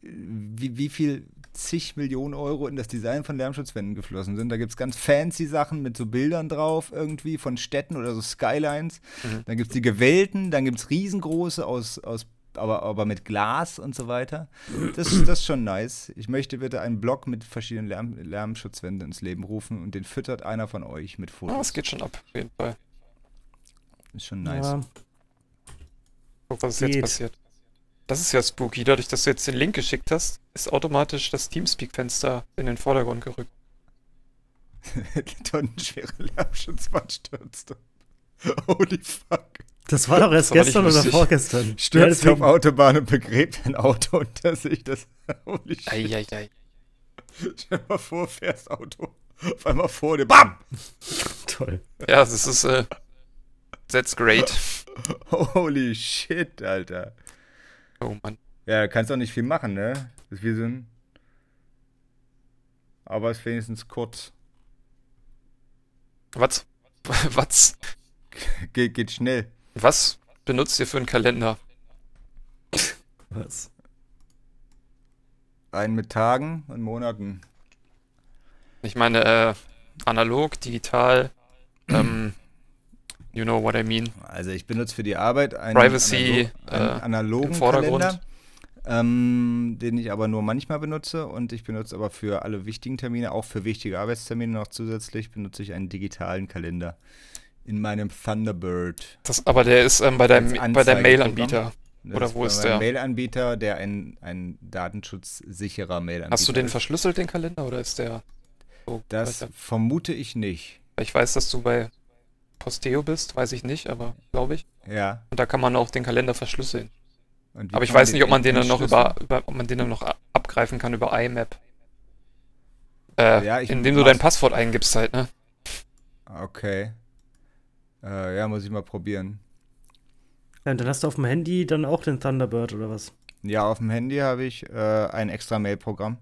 S1: äh, wie, wie viel zig Millionen Euro in das Design von Lärmschutzwänden geflossen sind. Da gibt es ganz fancy Sachen mit so Bildern drauf irgendwie von Städten oder so Skylines.
S3: Mhm.
S1: Dann gibt es die gewellten, dann gibt es riesengroße aus, aus aber, aber mit Glas und so weiter. Das, das ist schon nice. Ich möchte bitte einen Blog mit verschiedenen Lärm, Lärmschutzwänden ins Leben rufen und den füttert einer von euch mit
S3: Ah,
S1: Fotos.
S3: es geht schon ab, auf jeden Fall.
S1: Ist schon
S3: äh,
S1: nice.
S2: Ja,
S3: Guck, was ist
S2: Geht.
S3: jetzt passiert. Das ist ja spooky. Dadurch, dass du jetzt den Link geschickt hast, ist automatisch das Teamspeak-Fenster in den Vordergrund gerückt.
S1: Tonnenschwere Lärmschutzwand stürzt. Holy fuck.
S2: das war doch erst
S3: Das war nicht
S2: gestern oder
S3: lustig.
S2: vorgestern. ja,
S1: Stürzt auf
S2: deswegen-
S1: Autobahn und begräbt ein Auto unter sich. Das, holy shit.
S3: Eieiei.
S1: Stell dir mal vor, fährst Auto. Auf einmal vor dir. Bam!
S2: Toll.
S3: Ja, das ist, äh, that's great.
S1: Holy shit, Alter.
S3: Oh Mann.
S1: Ja, kannst auch nicht viel machen, ne? Ist wie so ein. Aber ist wenigstens kurz.
S3: Was? Was?
S1: Ge geht schnell.
S3: Was benutzt ihr für einen Kalender?
S2: Was?
S1: Einen mit Tagen und Monaten.
S3: Ich meine, äh, analog, digital, ähm, you know what I mean.
S1: Also ich benutze für die Arbeit einen,
S3: Privacy,
S1: analo einen
S3: äh,
S1: analogen
S3: im Vordergrund.
S1: Kalender, ähm, den ich aber nur manchmal benutze und ich benutze aber für alle wichtigen Termine, auch für wichtige Arbeitstermine noch zusätzlich, benutze ich einen digitalen Kalender in meinem Thunderbird.
S3: Das, aber der ist ähm, bei deinem,
S1: Als
S3: bei
S1: Anzeigeprogramm.
S3: deinem Mail-Anbieter.
S1: Das
S3: Oder wo
S1: bei
S3: ist
S1: meinem
S3: der?
S1: Mail-Anbieter, der ein, ein datenschutzsicherer Mail-Anbieter
S3: Hast du den
S1: ist.
S3: verschlüsselt, den Kalender, oder ist der so?
S1: Das vermute ich nicht.
S3: Ich weiß, dass du bei Posteo bist, weiß ich nicht, aber glaube ich.
S1: Ja.
S3: Und da kann man auch den Kalender verschlüsseln.
S1: Und wie
S3: aber ich
S1: kann man
S3: weiß nicht, ob man den dann noch
S1: entschlüsseln?
S3: über, über ob man den dann noch a- abgreifen kann über IMAP. Äh,
S1: Ja, ich
S3: indem du
S1: mach's.
S3: dein Passwort eingibst halt, ne?
S1: Ah, Okay. Äh, ja, muss ich mal probieren.
S2: Ja, und dann hast du auf dem Handy dann auch den Thunderbird oder was?
S1: Ja, auf dem Handy habe ich äh, ein extra Mail-Programm,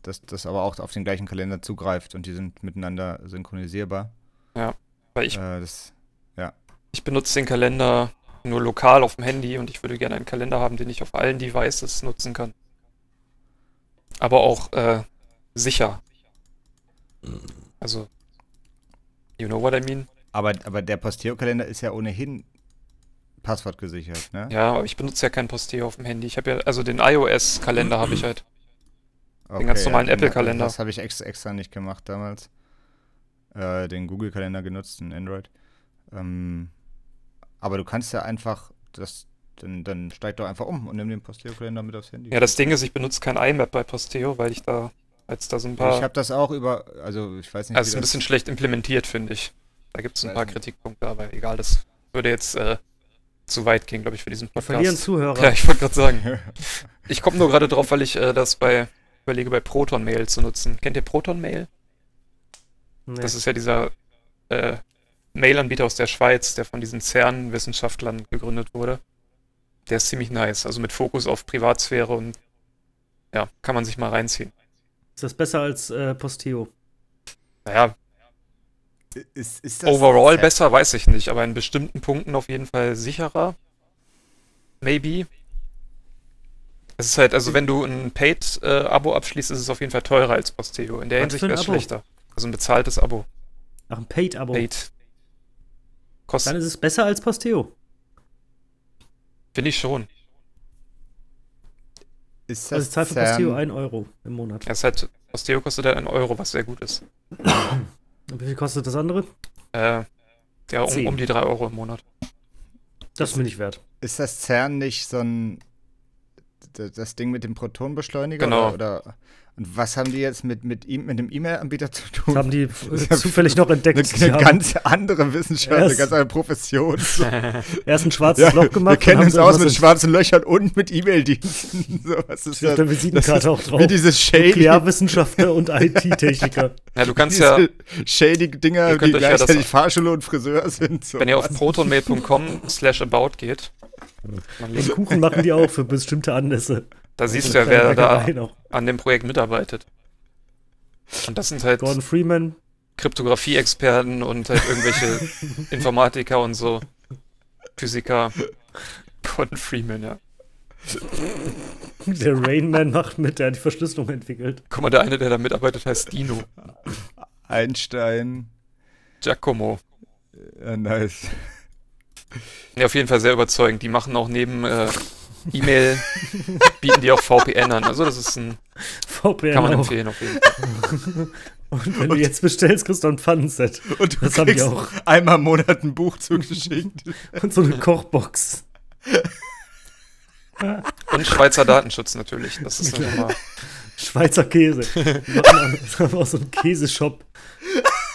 S1: das, das aber auch auf den gleichen Kalender zugreift und die sind miteinander synchronisierbar.
S3: Weil
S1: Ich
S3: ich,
S1: äh, das,
S3: ich benutze den Kalender nur lokal auf dem Handy und ich würde gerne einen Kalender haben, den ich auf allen Devices nutzen kann. Aber auch äh, sicher. Also, you know what I mean?
S1: aber, aber der Posteo-Kalender ist ja ohnehin passwortgesichert, ne?
S3: Ja, aber ich benutze ja kein Posteo auf dem Handy. Ich habe ja, also den iOS-Kalender habe ich halt.
S1: Okay,
S3: ganz normalen
S1: ja,
S3: Apple-Kalender.
S1: Das habe ich extra, extra nicht gemacht damals. Äh, den Google-Kalender genutzt, den Android. Ähm, aber du kannst ja einfach, das, dann, dann steig doch einfach um und nimm den Posteo-Kalender mit aufs Handy.
S3: Ja, das Ding ist, ich benutze kein IMAP bei Posteo, weil ich da, als da so ein
S1: ich
S3: paar,
S1: habe das auch über, also ich weiß nicht,
S3: also ist
S1: wie
S3: ein
S1: das-
S3: bisschen schlecht implementiert, finde ich. Da gibt es ein
S1: Weiß
S3: paar
S1: nicht.
S3: Kritikpunkte, aber egal, das würde jetzt äh, zu weit gehen, glaube ich, für diesen
S2: Wir verlieren
S3: Podcast.
S2: Zuhörer.
S3: Ja, ich wollte gerade sagen. Ich komme nur gerade drauf, weil ich äh, das bei überlege, bei Proton Mail zu nutzen. Kennt ihr Proton Mail?
S2: Nee.
S3: Das ist ja dieser äh, Mail-Anbieter aus der Schweiz, der von diesen CERN-Wissenschaftlern gegründet wurde. Der ist ziemlich nice, also mit Fokus auf Privatsphäre und ja, kann man sich mal reinziehen.
S2: Ist das besser als äh, Posteo?
S3: Naja,
S1: Ist, ist
S3: overall besser, weiß ich nicht, aber in bestimmten Punkten auf jeden Fall sicherer. Maybe. Es ist halt,
S2: Hm.
S3: also wenn du ein Paid-Abo abschließt, ist es auf jeden Fall teurer als Posteo. In der
S2: Was
S3: Hinsicht
S2: für ein
S3: wäre es
S2: Abo?
S3: schlechter. Also ein bezahltes Abo.
S2: Ach, ein Paid-Abo.
S3: Paid.
S2: Dann
S3: Kostet,
S2: ist es besser als Posteo.
S3: finde ich schon.
S1: Ist das
S2: Also ich zahle für
S1: CERN,
S2: Posteo 1 Euro im Monat.
S3: Es hat, Osteo kostet halt einen Euro, was sehr gut ist.
S2: Und wie viel kostet das andere?
S3: Äh, ja, um,
S2: Zehn.
S3: um die drei Euro im Monat.
S2: Das ist mir nicht wert.
S1: Ist das CERN nicht so ein. d- Das Ding mit dem Protonenbeschleuniger?
S3: Genau.
S1: Oder, oder, und was haben die jetzt mit, mit, ihm, mit dem E-Mail-Anbieter zu tun?
S2: Das haben die äh,
S1: ja
S2: zufällig noch entdeckt.
S1: eine,
S2: Die
S1: eine
S2: haben
S1: ganz andere Wissenschaft,
S2: Ja,
S1: eine
S2: es-
S1: ganz andere Profession.
S2: erst ein schwarzes Loch gemacht.
S1: wir kennen
S2: dann
S1: uns
S2: haben
S1: aus
S2: sie
S1: mit
S2: irgendwas
S1: schwarzen Löchern und mit E-Mail-Diensten. So, was ist
S2: Steht
S1: das?
S2: auf der Visitenkarte
S1: Das ist
S2: auch drauf.
S1: Wie diese shady,
S2: Nuklearwissenschaftler und IT-Techniker.
S3: Ja, du kannst ja,
S1: diese shady Dinger,
S3: Ihr
S1: die
S3: könnt euch ja das-
S1: gleichzeitig Fahrschule und Friseur sind. So.
S3: wenn ihr auf protonmail.com slash about geht, man
S2: Den
S3: linkt,
S2: Kuchen machen die auch für bestimmte Anlässe.
S3: da siehst
S2: So
S3: du ja,
S2: kleine
S3: wer da
S2: Bäckereien auch.
S3: an dem Projekt mitarbeitet. Und das sind halt
S2: Gordon Freeman,
S3: Kryptographie-Experten und halt irgendwelche Informatiker und so. Physiker. Gordon Freeman, ja.
S2: der Rainman macht mit, der hat die Verschlüsselung entwickelt.
S3: Guck mal, der eine, der da mitarbeitet, heißt Dino.
S1: Einstein.
S3: Giacomo.
S1: Ja, nice.
S3: Ja, auf jeden Fall sehr überzeugend. Die machen auch neben äh, E-Mail, bieten die auch VPN an. Also das ist ein,
S2: VPN
S3: kann man
S2: auch.
S3: empfehlen auf jeden Fall.
S2: Und wenn du jetzt bestellst, kriegst du ein Pfannenset.
S1: Und du
S2: Das haben die
S1: kriegst
S2: auch.
S1: einmal im Monat ein Buch zugeschickt.
S2: Und so eine Kochbox.
S3: Und Schweizer Datenschutz natürlich. Das ist eine Nummer.
S2: Schweizer Käse. Die machen auch- haben auch so einen Käseshop.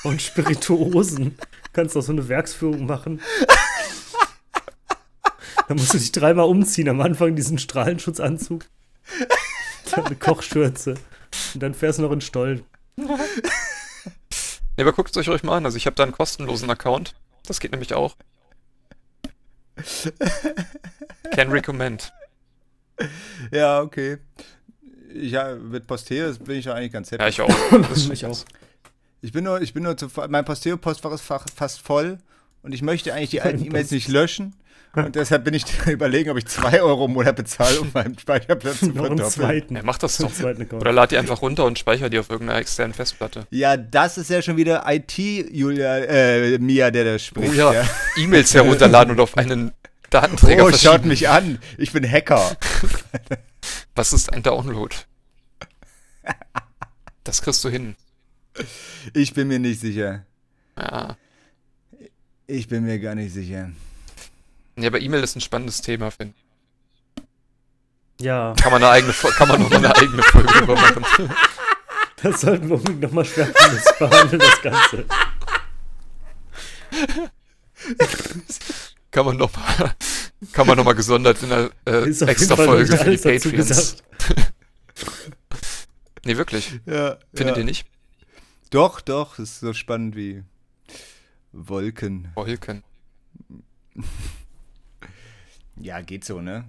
S2: Und Spirituosen. Kannst auch so eine Werksführung machen. Da musst du dich dreimal umziehen. Am Anfang diesen Strahlenschutzanzug. Dann eine Kochschürze. Und dann fährst du noch in den Stollen.
S3: Ne, aber guckt es euch ruhig mal an. Also ich habe da einen kostenlosen Account. Das geht nämlich auch. Can recommend.
S1: Ja, okay. Ja, mit Posteo bin ich ja eigentlich ganz happy.
S3: Ja, ich auch. Das ist
S2: Ich auch.
S1: Ich bin nur, ich bin nur zu, mein Posteo-Postfach ist fach- fast voll und ich möchte eigentlich die alten
S2: Mein
S1: E-Mails nicht löschen. Und deshalb bin ich überlegen, ob ich 2 Euro im Monat bezahle, um meinen Speicherplatz zu
S2: Noch einen
S1: verdoppeln.
S2: zweiten.
S3: Ja, mach das
S2: Einen
S3: doch.
S2: zweiten Account.
S3: Oder lad die einfach runter und speicher die auf irgendeiner externen Festplatte.
S1: Ja, das ist ja schon wieder IT-Julia, äh, Mia, der da
S3: Oh
S1: spricht.
S3: ja, E-Mails herunterladen und auf einen Datenträger
S1: Oh, schaut
S3: verschieben.
S1: mich an. Ich bin Hacker.
S3: Was ist ein Download? Das kriegst du hin.
S1: Ich bin mir nicht sicher.
S3: Ja.
S1: Ich bin mir gar nicht sicher.
S3: Ja, aber E-Mail ist ein spannendes Thema, finde ich.
S2: Ja,
S3: Kann man eine eigene, Fo- kann man noch mal eine eigene Folge drüber machen.
S2: das sollten wir unbedingt nochmal schwerpunktmäßig behandeln, das Ganze.
S3: Kann man noch mal, kann man noch mal gesondert in einer äh,
S2: Ist auf jeden
S3: extra
S2: Fall noch
S3: Folge
S2: nicht
S3: für die
S2: alles dazu
S3: Patreons.
S2: gesagt.
S3: Nee, wirklich.
S1: Ja,
S3: Findet
S1: ja.
S3: ihr nicht?
S1: Doch, doch. Es ist so spannend wie Wolken.
S3: Wolken.
S1: Ja, geht so, ne?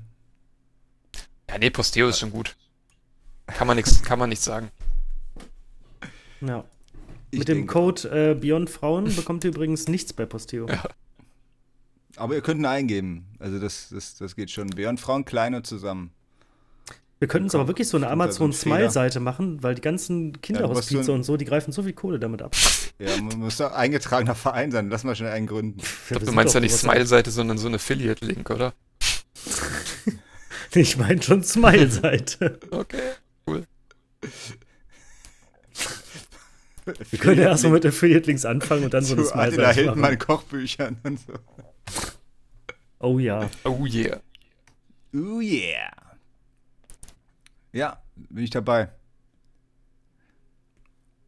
S3: Ja, nee, Posteo ist schon gut. Kann man nichts, kann man nichts sagen.
S2: Ja.
S1: Ich
S2: Mit dem
S1: denke-
S2: Code äh, Beyond Frauen bekommt ihr übrigens nichts bei Posteo.
S1: Aber ihr könnt ihn eingeben. Also das, das, das geht schon. Beyond Frauen klein und zusammen.
S2: Wir könnten uns aber wirklich so eine
S1: Kommt da so ein
S2: Amazon
S1: Fehler.
S2: Smile-Seite machen, weil die ganzen
S1: Ja, was
S2: Kinderhospize
S1: du-
S2: und so, die greifen so viel Kohle damit ab.
S1: Ja, man muss doch eingetragener Verein sein. Lass mal schnell einen gründen.
S2: Ich
S3: Du meinst ja nicht Smile-Seite, sondern so eine Affiliate-Link, oder?
S2: Ich meine schon Smile-Seite.
S3: Okay.
S2: Wir können ja erstmal mit Affiliate-Links anfangen und dann so eine
S1: zu Adela
S2: Smile-Seite
S1: Hildmann
S2: machen.
S1: Kochbüchern und so.
S2: Oh ja.
S3: Oh yeah.
S1: Ooh yeah. Ja, bin ich dabei.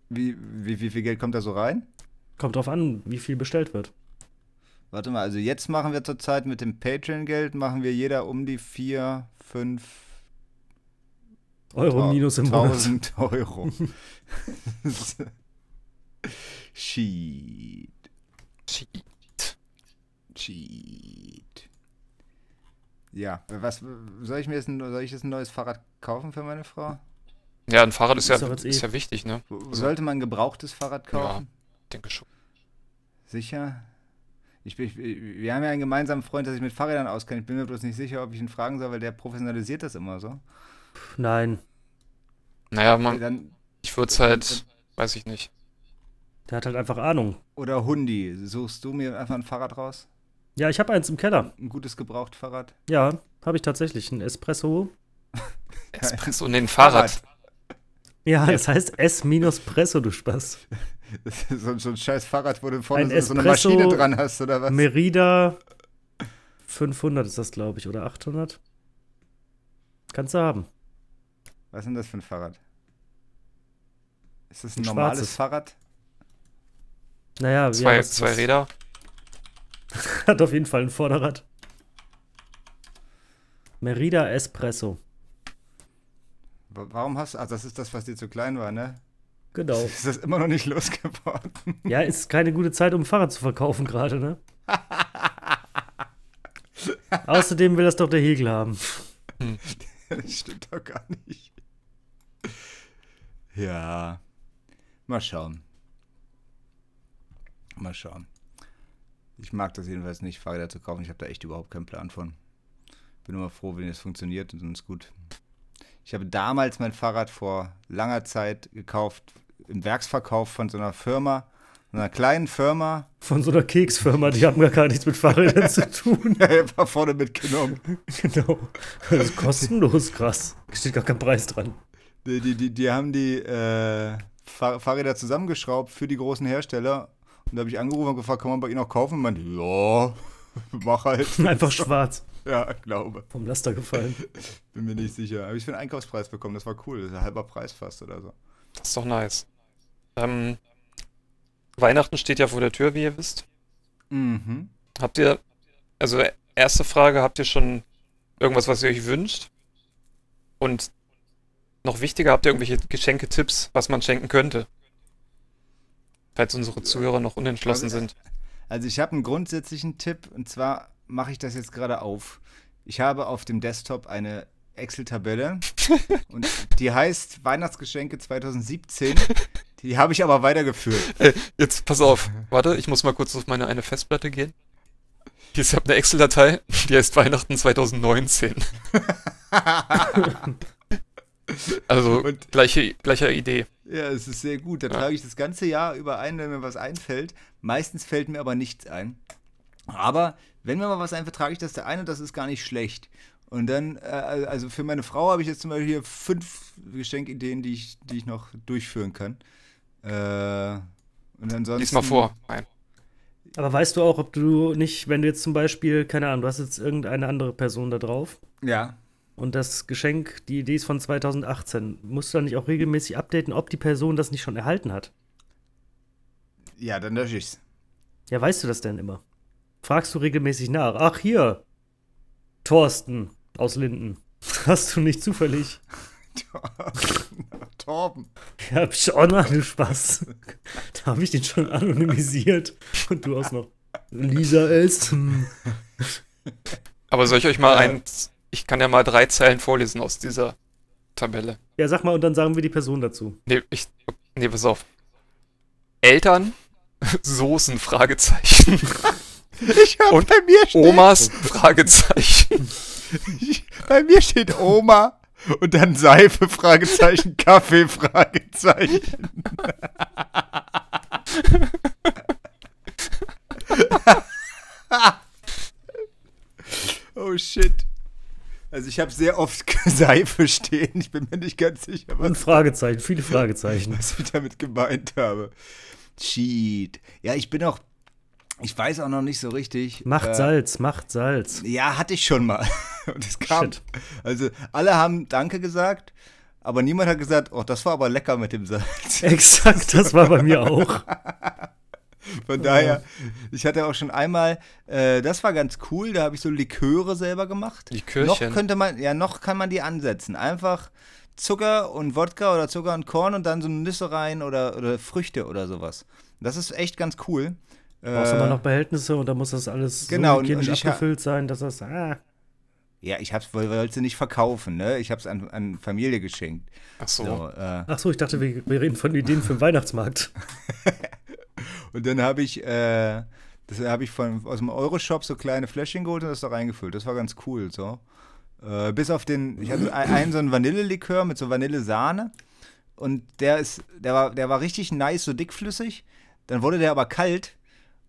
S1: Wie, wie, wie viel Geld kommt da so rein?
S2: Kommt drauf an, wie viel bestellt wird.
S1: Warte mal, also jetzt machen wir zurzeit mit dem Patreon-Geld, machen wir jeder um die 4, 5,
S2: Euro minus im Monat.
S1: 1000 Euro. Cheat.
S3: Cheat.
S1: Cheat. Ja, was soll ich mir jetzt ein, soll ich jetzt ein neues Fahrrad kaufen für meine Frau?
S3: Ja, ein Fahrrad ist,
S2: Ist
S3: ja,
S2: doch jetzt eh-
S3: ist ja wichtig, ne?
S1: Sollte man ein gebrauchtes Fahrrad kaufen?
S3: Denke schon.
S1: Sicher? Ich bin, ich, wir haben ja einen gemeinsamen Freund, der sich mit Fahrrädern auskennt. Ich bin mir bloß nicht sicher, ob ich ihn fragen soll, weil der professionalisiert das immer so.
S2: Pff, Nein,
S3: Naja, man,
S1: Dann,
S3: ich würde es halt, weiß ich nicht.
S2: der hat halt einfach Ahnung.
S1: oder Hundi, suchst du mir einfach ein Fahrrad raus?
S2: Ja, ich habe eins im Keller.
S1: Ein gutes Gebrauchtfahrrad?
S2: Ja, habe ich tatsächlich. Ein Espresso.
S3: Espresso und den Fahrrad.
S2: Ja, das heißt S-Presso, du Spaß.
S1: Das ist so, ein- so ein scheiß Fahrrad, wo du vorne
S2: Ein
S1: so, so eine
S2: Espresso-
S1: Maschine dran hast, oder was?
S2: Merida 500 ist das, glaube ich, oder 800. Kannst du haben.
S1: Was ist denn das für ein Fahrrad? Ist das ein,
S2: Ein
S1: normales
S2: schwarzes.
S1: Fahrrad?
S2: Naja,
S3: Zwei,
S2: ja, was-
S3: zwei
S2: was-
S3: Räder.
S2: Hat auf jeden Fall ein Vorderrad. Merida Espresso.
S1: Wa- Warum hast du. Ach, das ist das, was dir zu klein war, ne?
S2: Genau.
S1: Ist das immer noch nicht losgeworden?
S2: Ja, ist keine gute Zeit, um ein Fahrrad zu verkaufen gerade, ne? Außerdem will das doch der Hegel haben.
S1: Das stimmt doch gar nicht. Ja. Mal schauen. Mal schauen. Ich mag das jedenfalls nicht, Fahrräder zu kaufen. Ich habe da echt überhaupt keinen Plan von. Bin immer froh, wenn es funktioniert und dann ist gut. Ich habe damals mein Fahrrad vor langer Zeit gekauft, im Werksverkauf von so einer Firma, einer kleinen Firma.
S2: Von so einer Keksfirma, die haben gar, gar nichts mit Fahrrädern zu tun.
S1: War vorne mitgenommen.
S2: Genau. Das ist kostenlos, krass. Steht gar kein Preis dran.
S1: Die, die, die, die haben die äh, Fahr Fahrräder zusammengeschraubt für die großen Hersteller. Und da habe ich angerufen und gefragt, kann man bei ihnen auch kaufen? Und meinte, ja, mach halt.
S2: Einfach schwarz.
S1: Ja, glaube.
S2: Vom Laster gefallen.
S1: Bin mir nicht sicher. Habe ich für einen Einkaufspreis bekommen, das war cool. Das ist ein halber Preis fast oder so.
S3: Das ist doch nice. Ähm, Weihnachten steht ja vor der Tür, wie ihr wisst.
S1: Mhm.
S3: Habt ihr, also äh, erste Frage, habt ihr schon irgendwas, was ihr euch wünscht? Und noch wichtiger, habt ihr irgendwelche Geschenketipps, was man schenken könnte? Falls unsere Zuhörer noch unentschlossen
S1: Also,
S3: sind.
S1: Also ich habe einen grundsätzlichen Tipp und zwar mache ich das jetzt gerade auf. Ich habe auf dem Desktop eine Excel-Tabelle und die heißt Weihnachtsgeschenke 2017. Die habe ich aber weitergeführt.
S3: Äh, jetzt pass auf. Warte, ich muss mal kurz auf meine eine Festplatte gehen. Hier, ich habe eine Excel-Datei, die heißt Weihnachten 2019. also
S1: Und-
S3: gleiche, gleiche Idee.
S1: Ja, es ist sehr gut. Da
S3: Ja.
S1: trage ich das ganze Jahr über ein, wenn mir was einfällt. Meistens fällt mir aber nichts ein. Aber wenn mir mal was einfällt, trage ich das da ein und das ist gar nicht schlecht. Und dann, äh, also für meine Frau habe ich jetzt zum Beispiel hier fünf Geschenkideen, die ich, die ich noch durchführen kann. Äh, und ansonsten.
S3: Lies mal vor. Nein.
S2: Aber weißt du auch, ob du nicht, wenn du jetzt zum Beispiel, keine Ahnung, du hast jetzt irgendeine andere Person da drauf
S1: Ja.
S2: und das Geschenk, die Idee ist von 2018, musst du dann nicht auch regelmäßig updaten, ob die Person das nicht schon erhalten hat?
S1: Ja, dann lösche ich's.
S2: Ja, weißt du das denn immer? Fragst du regelmäßig nach? Ach, hier, Thorsten aus Linden. Hast du nicht zufällig?
S1: Torben.
S2: Ja, psch, oh nein, du Spaß. Da habe ich den schon anonymisiert. Und du auch noch. Lisa ist. Hm.
S3: Aber soll ich euch mal
S1: Äh.
S3: ein. Ich kann ja mal drei Zeilen vorlesen aus dieser Tabelle.
S2: Ja, sag mal, und dann sagen wir die Person dazu.
S3: Nee, ich. Nee, pass auf. Eltern, Soßen, Fragezeichen.
S1: Ich hab,
S3: Und
S1: bei mir steht,
S3: Omas, Fragezeichen.
S1: bei mir steht Oma und dann Seife, Fragezeichen, Kaffee, Fragezeichen. Oh shit. Also ich habe sehr oft Seife stehen. Ich bin mir nicht ganz sicher,
S2: Und
S1: was,
S2: Fragezeichen, viele Fragezeichen.
S1: was ich damit gemeint habe. Cheat. Ja, ich bin auch. Ich weiß auch noch nicht so richtig.
S2: Macht
S1: äh,
S2: Salz, macht Salz.
S1: Ja, hatte ich schon mal. Und es kam.
S2: Shit.
S1: Also alle haben Danke gesagt, aber niemand hat gesagt, oh, das war aber lecker mit dem Salz.
S2: Exakt, das war bei mir auch.
S1: Von daher, ich hatte auch schon einmal, äh, das war ganz cool, da habe ich so Liköre selber gemacht. Noch
S3: Likörchen.
S1: könnte man, ja, noch kann man die ansetzen. Einfach Zucker und Wodka oder Zucker und Korn und dann so Nüsse rein oder, oder Früchte oder sowas. Das ist echt ganz cool.
S2: Du brauchst aber noch Behältnisse und da muss das alles
S1: Äh. genau,
S2: so
S1: und-
S2: hygienisch
S1: und ich ha-
S2: abgefüllt sein, dass das. Ah,
S1: ja, ich hab's, woll- wollte nicht verkaufen, ne? Ich hab's an, an Familie geschenkt.
S3: Ach so.
S1: So, äh,
S2: ach so, ich dachte, wir, wir reden von Ideen für den Weihnachtsmarkt.
S1: und dann habe ich, äh, das habe ich von, aus dem Euroshop so kleine Fläschchen geholt und das da reingefüllt. Das war ganz cool, so. Äh, bis auf den, ich hatte ein- einen so einen Vanillelikör mit so Vanillesahne und der ist, der war, der war richtig nice, so dickflüssig. Dann wurde der aber kalt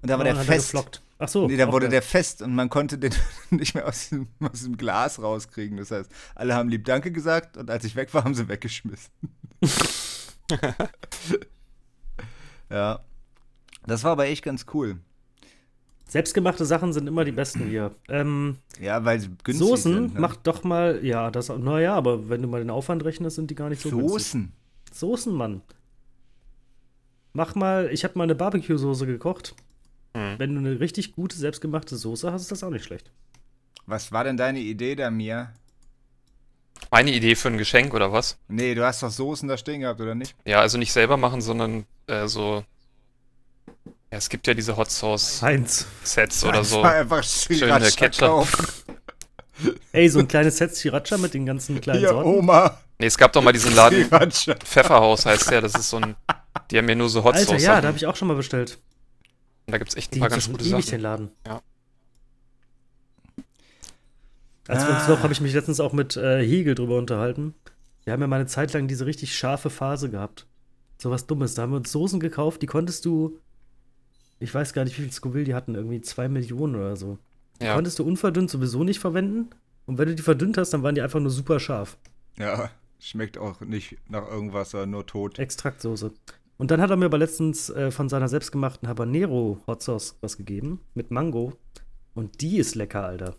S1: und da war der
S2: Ah, hat er
S1: fest.
S2: geflockt. Ach so.
S1: Nee, da
S2: auch
S1: wurde
S2: geil.
S1: der fest und man konnte den nicht mehr aus dem, aus dem Glas rauskriegen. Das heißt, alle haben lieb Danke gesagt und als ich weg war, haben sie weggeschmissen. ja. Das war aber echt ganz cool.
S2: Selbstgemachte Sachen sind immer die besten hier. Ähm,
S1: Ja, weil sie günstig
S2: Soßen
S1: sind. Ne?
S2: macht doch mal, ja, das, naja, aber wenn du mal den Aufwand rechnest, sind die gar nicht so günstig.
S1: Soßen.
S2: Soßen, Mann. Mach mal, ich habe mal eine Barbecue-Soße gekocht.
S3: Mhm.
S2: Wenn du eine richtig gute selbstgemachte Soße hast, ist das auch nicht schlecht.
S1: Was war denn deine Idee da, Mia?
S3: Meine Idee für ein Geschenk oder was?
S1: Nee, du hast doch Soßen da stehen gehabt, oder nicht?
S3: Ja, also nicht selber machen, sondern äh, so. Ja, es gibt ja diese Hot Sauce
S2: Heinz.
S3: Sets oder so.
S1: Einfach, einfach Sriracha
S3: Ketchup.
S1: kaufen.
S2: Ey, so ein kleines Set Sriracha mit den ganzen kleinen
S1: Hier,
S2: Sorten.
S1: Oma.
S3: Nee, es gab doch mal diesen Laden,
S1: Sriracha.
S3: Pfefferhaus heißt der, das ist so ein. Die haben ja nur so Hot
S2: Alter,
S3: Sauce.
S2: ja,
S3: Sachen.
S2: da habe ich auch schon mal bestellt.
S3: Und da gibt's echt ein
S2: Die
S3: paar
S2: gibt's ja
S3: ganz
S2: schon
S3: gute
S2: ewig den
S3: Sachen.
S2: Laden.
S3: Ja.
S2: Als wir uns
S1: Ah.
S2: noch, habe ich mich letztens auch mit äh, Hegel drüber unterhalten. Wir haben ja mal eine Zeit lang diese richtig scharfe Phase gehabt. So was Dummes. Da haben wir uns Soßen gekauft, die konntest du. Ich weiß gar nicht, wie viel Scoville die hatten, irgendwie zwei Millionen oder so.
S3: Ja.
S2: Konntest du unverdünnt sowieso nicht verwenden. Und wenn du die verdünnt hast, dann waren die einfach nur super scharf.
S1: Ja, schmeckt auch nicht nach irgendwas, sondern nur tot.
S2: Extraktsoße. Und dann hat er mir aber letztens äh, von seiner selbstgemachten Habanero Hot Sauce was gegeben mit Mango. Und die ist lecker, Alter.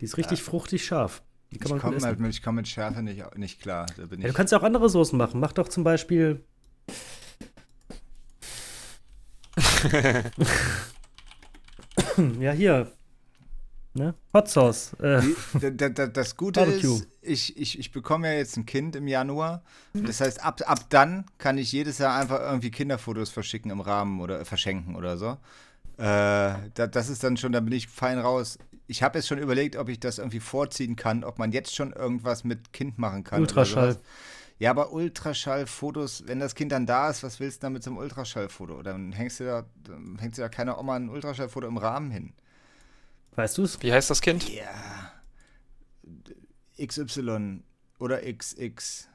S2: Die ist richtig fruchtig scharf. Die kann
S1: Ich
S2: man gut
S1: komme
S2: essen.
S1: halt mit, ich komm mit Schärfe nicht, nicht klar. Da bin
S2: ja, du
S1: ich.
S2: kannst ja auch andere Soßen machen. Mach doch zum Beispiel. ja, hier. Ne? Hot Sauce. Äh,
S1: Da- da- da- das Gute
S2: Barbecue.
S1: ist, ich, ich, ich bekomme ja jetzt ein Kind im Januar. Das heißt, ab, ab dann kann ich jedes Jahr einfach irgendwie Kinderfotos verschicken im Rahmen oder verschenken oder so. Äh, da, das ist dann schon, da bin ich fein raus. Ich habe jetzt schon überlegt, ob ich das irgendwie vorziehen kann, ob man jetzt schon irgendwas mit Kind machen kann. oder
S2: Ultraschall.
S1: sowas. Ja, aber Ultraschallfotos, wenn das Kind dann da ist, was willst du damit zum Ultraschallfoto? Dann hängst du da, dann hängst du da keiner Oma ein Ultraschallfoto im Rahmen hin.
S2: weißt du es?
S3: Wie heißt das Kind?
S1: Ja. XY oder XX.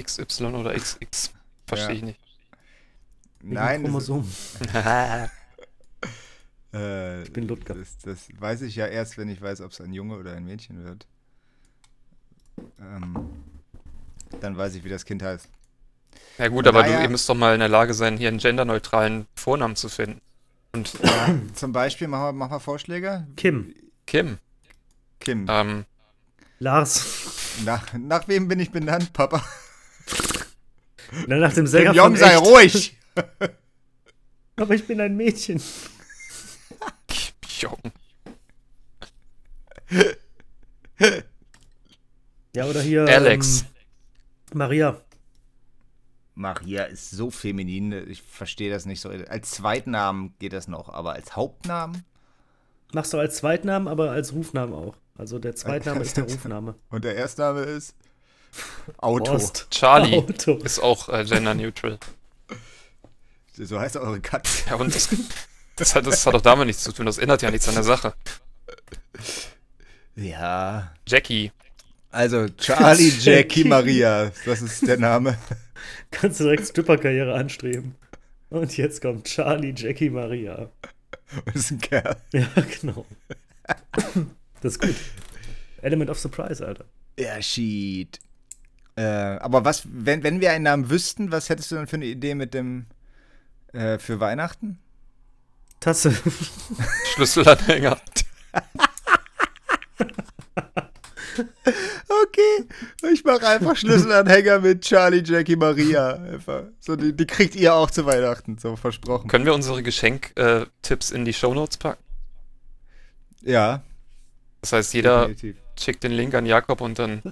S3: XY oder XX? Verstehe
S1: Ja.
S3: ich nicht.
S1: Nein, das,
S2: Chromosom.
S1: äh,
S2: bin Ludger.
S1: Das, das weiß ich ja erst, wenn ich weiß, ob es ein Junge oder ein Mädchen wird. Ähm, dann weiß ich, wie das Kind heißt.
S3: Ja gut, aber
S1: Naja.
S3: du, ihr müsst doch mal in der Lage sein, hier einen genderneutralen Vornamen zu finden. Und
S1: Zum Beispiel, mach mal, mach mal Vorschläge.
S2: Kim.
S3: Kim,
S1: Kim,
S3: ähm,
S2: Lars.
S1: nach, nach wem bin ich benannt, Papa?
S2: Na, nach dem Sänger.
S1: Jom,
S2: von
S1: sei
S2: Echt.
S1: ruhig!
S2: Aber ich bin ein Mädchen.
S3: Jong.
S2: Ja, oder hier.
S3: Alex.
S2: Ähm, Maria.
S1: Maria ist so feminin, ich verstehe das nicht so. Als Zweitnamen geht das noch, aber als Hauptnamen?
S2: Machst du als Zweitnamen, aber als Rufnamen auch. Also der Zweitname ist der Rufname.
S1: Und der Erstname ist Auto.
S2: Horst.
S3: Charlie
S2: Auto.
S3: ist auch äh, genderneutral.
S1: So heißt eure Katze.
S3: Ja, und das, das, hat, das hat doch damit nichts zu tun, das ändert ja nichts an der Sache.
S1: Ja.
S3: Jackie,
S1: Also Charlie,
S2: Jackie.
S1: Jackie, Maria. Das ist der Name.
S2: Kannst du direkt Stripperkarriere anstreben. Und jetzt kommt Charlie, Jackie, Maria.
S1: Das ist ein Kerl.
S2: Ja, genau. Das ist gut. Element of Surprise, Alter.
S1: Ja, shit. Äh, aber was, wenn, wenn wir einen Namen wüssten, was hättest du dann für eine Idee mit dem äh, für Weihnachten?
S2: Tasse.
S3: Schlüsselanhänger.
S1: Okay, ich mache einfach Schlüsselanhänger mit Charlie, Jackie, Maria. Einfach. So, die, die kriegt ihr auch zu Weihnachten, so versprochen.
S3: Können wir unsere Geschenktipps in die Shownotes packen?
S1: Ja,
S3: Das heißt, jeder
S1: definitiv.
S3: schickt den Link an Jakob und dann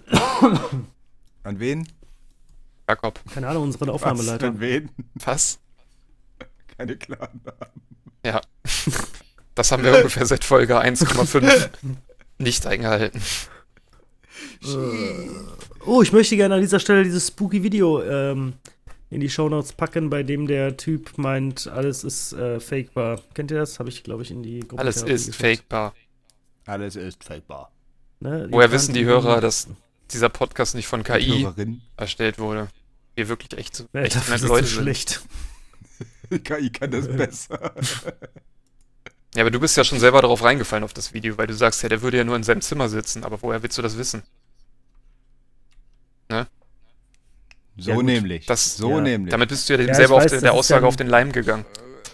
S1: An wen?
S3: Jakob.
S2: Keine Ahnung, unsere
S1: Was
S2: Aufnahmeleiter.
S1: denn wen?
S3: Was?
S1: Keine klaren Namen.
S3: Ja. Das haben wir ungefähr seit Folge 1,5 nicht eingehalten.
S2: Oh, ich möchte gerne an dieser Stelle dieses spooky Video ähm, in die Shownotes packen, bei dem der Typ meint, alles ist äh, fakebar. Kennt ihr das? Habe ich, glaube ich, in die Gruppe.
S3: Alles ist fakebar.
S1: Alles ist fakebar.
S2: Ne? Die
S3: Woher wissen die
S2: Kanten-
S3: Hörer, dass dieser Podcast nicht von KI
S1: Hörerin.
S3: erstellt wurde? Wir wirklich echt, so-
S2: Ja,
S3: echt
S2: dafür ist
S3: nette
S2: es zu
S3: Leute sind.
S2: schlecht.
S1: Die KI kann das besser.
S3: Ja, aber du bist ja schon selber darauf reingefallen auf das Video, weil du sagst, ja, der würde ja nur in seinem Zimmer sitzen, aber woher willst du das wissen?
S1: So
S2: Ja, gut.
S1: nämlich.
S3: Das-
S1: so
S2: ja.
S1: nämlich.
S3: Damit bist du ja dem
S2: Ja, ich
S3: selber
S2: weiß,
S3: auf den,
S2: das
S3: der
S2: ist
S3: Aussage
S2: ja
S3: auf den Leim gegangen.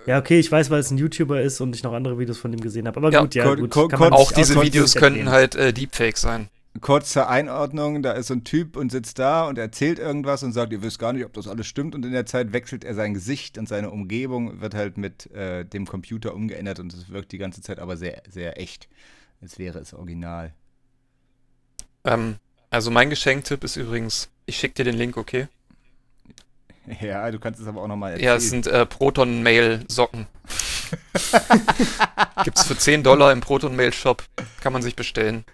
S2: Ja, okay, ich weiß, weil es ein YouTuber ist und ich noch andere Videos von ihm gesehen habe. Aber
S3: Ja,
S2: gut, ja,
S1: Ko-
S2: gut.
S1: Ko-
S2: kann man
S1: Ko-
S2: nicht
S3: Auch diese
S2: ausschließen.
S3: Videos könnten halt äh, Deepfake sein.
S1: Kurz zur Einordnung, da ist so ein Typ und sitzt da und erzählt irgendwas und sagt, ihr wisst gar nicht, ob das alles stimmt. Und in der Zeit wechselt er sein Gesicht und seine Umgebung wird halt mit äh, dem Computer umgeändert und es wirkt die ganze Zeit aber sehr, sehr echt. Als wäre es original.
S3: Ähm, also mein Geschenktipp ist übrigens, ich schicke dir den Link, okay?
S1: Ja, du kannst es aber auch nochmal erzählen.
S3: Ja, es sind äh, Proton-Mail-Socken. Gibt's für 10 Dollar im Proton-Mail-Shop. Kann man sich bestellen.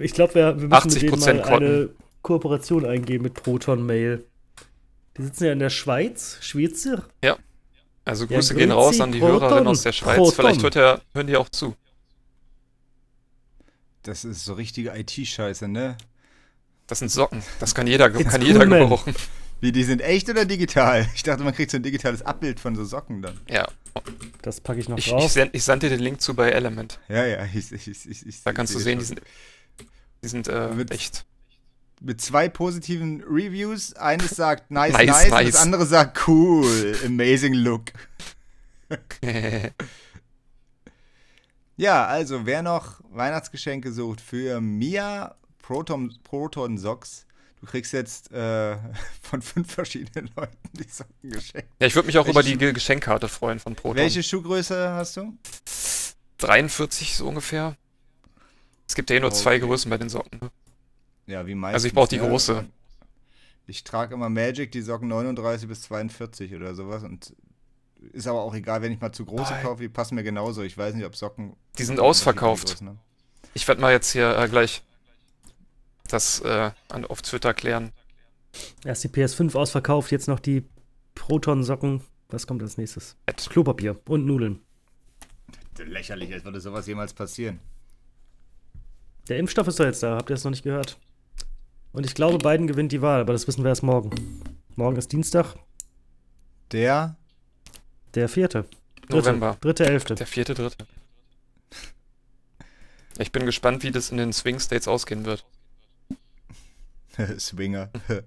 S2: Ich glaube, wir, wir müssen mit denen
S3: 80%
S2: mal eine Kooperation eingehen mit Proton Mail. Die sitzen ja in der Schweiz, Schweizer.
S3: Also
S2: Ja,
S3: Grüße gehen
S2: grüezi,
S3: raus an die
S2: Proton,
S3: Hörerin aus der Schweiz.
S2: Proton.
S3: Vielleicht hört ja, hören die auch zu.
S1: das ist so richtige IT-Scheiße, ne?
S3: Das sind Socken. Das kann jeder,
S2: It's
S3: kann
S2: cool,
S3: jeder
S2: man.
S3: gebrauchen.
S1: Wie, die sind echt oder digital? Ich dachte, man kriegt so ein digitales Abbild von so Socken dann.
S3: Ja,
S2: Das packe ich noch
S3: ich, ich,
S2: drauf.
S3: send, ich sand dir den Link zu bei Element.
S1: Ja, ja. Ich, ich, ich, ich, ich,
S3: Da kannst du
S1: ich-
S3: sehen, die sind, die sind äh,
S1: Mit-
S3: echt.
S1: mit zwei positiven Reviews. Eines sagt nice, nice,
S3: Nice,
S1: und
S3: nice.
S1: das andere sagt cool, amazing look. Ja, also wer noch Weihnachtsgeschenke sucht für Mia Proton, Proton Socks, du kriegst jetzt äh, von fünf verschiedenen Leuten die Socken geschenkt.
S3: Ja, ich würde mich auch
S1: Welche
S3: über die
S1: Schu-
S3: Ge- Geschenkkarte freuen von Proton.
S1: Welche Schuhgröße hast du?
S3: 43 so ungefähr. Es gibt ja eh nur
S1: Oh,
S3: zwei
S1: okay.
S3: Größen bei den Socken. ne?
S1: Ja, wie meistens.
S3: Also ich brauche die
S1: ne?
S3: große.
S1: Ich trage immer Magic, die Socken 39 bis 42 oder sowas und ist aber auch egal, wenn ich mal zu große
S3: Nein.
S1: kaufe, die passen mir genauso. Ich weiß nicht, ob Socken. ne?
S3: Die sind
S1: unterschiedliche
S3: ausverkauft.
S1: Größen haben.
S3: Ich werde mal jetzt hier äh, gleich das äh, an, auf Twitter klären.
S2: Erst die PS5 ausverkauft, jetzt noch die Proton-Socken. Was kommt als nächstes?
S3: Fett.
S2: Klopapier und Nudeln.
S1: Lächerlich, als würde sowas jemals passieren.
S2: Der Impfstoff ist doch jetzt da, habt ihr das noch nicht gehört? Und ich glaube, Biden gewinnt die Wahl, aber das wissen wir erst morgen. Morgen ist Dienstag,
S1: Der
S2: der vierte.
S3: November.
S2: Dritte, elfte.
S3: Der vierte, dritte. Ich bin gespannt, wie das in den Swing States ausgehen wird.
S1: Swinger.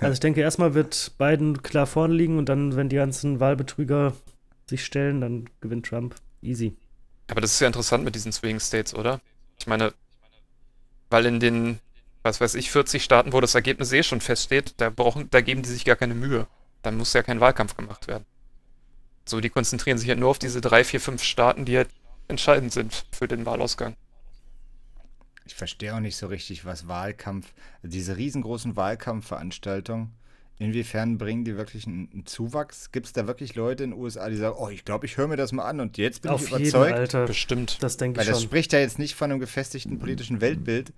S2: Also ich denke, erstmal wird Biden klar vorne liegen und dann, wenn die ganzen Wahlbetrüger sich stellen, dann gewinnt Trump. Easy.
S3: Aber das ist ja interessant mit diesen Swing States, oder? Ich meine, weil in den, was weiß ich, 40 Staaten, wo das Ergebnis eh schon feststeht, da brauchen, da geben die sich gar keine Mühe. Dann muss ja kein Wahlkampf gemacht werden. So, die konzentrieren sich halt nur auf diese drei, vier, fünf Staaten, die halt entscheidend sind für den Wahlausgang.
S1: Ich verstehe auch nicht so richtig, was Wahlkampf, also diese riesengroßen Wahlkampfveranstaltungen, inwiefern bringen die wirklich einen, einen Zuwachs? Gibt es da wirklich Leute in den USA, die sagen, oh, ich glaube, ich höre mir das mal an und jetzt bin
S2: Auf
S1: ich
S2: jeden
S1: überzeugt?
S2: Alter.
S3: Bestimmt.
S2: Das denke
S1: Weil
S2: ich
S1: das
S2: schon.
S1: spricht ja jetzt nicht von einem gefestigten politischen Weltbild.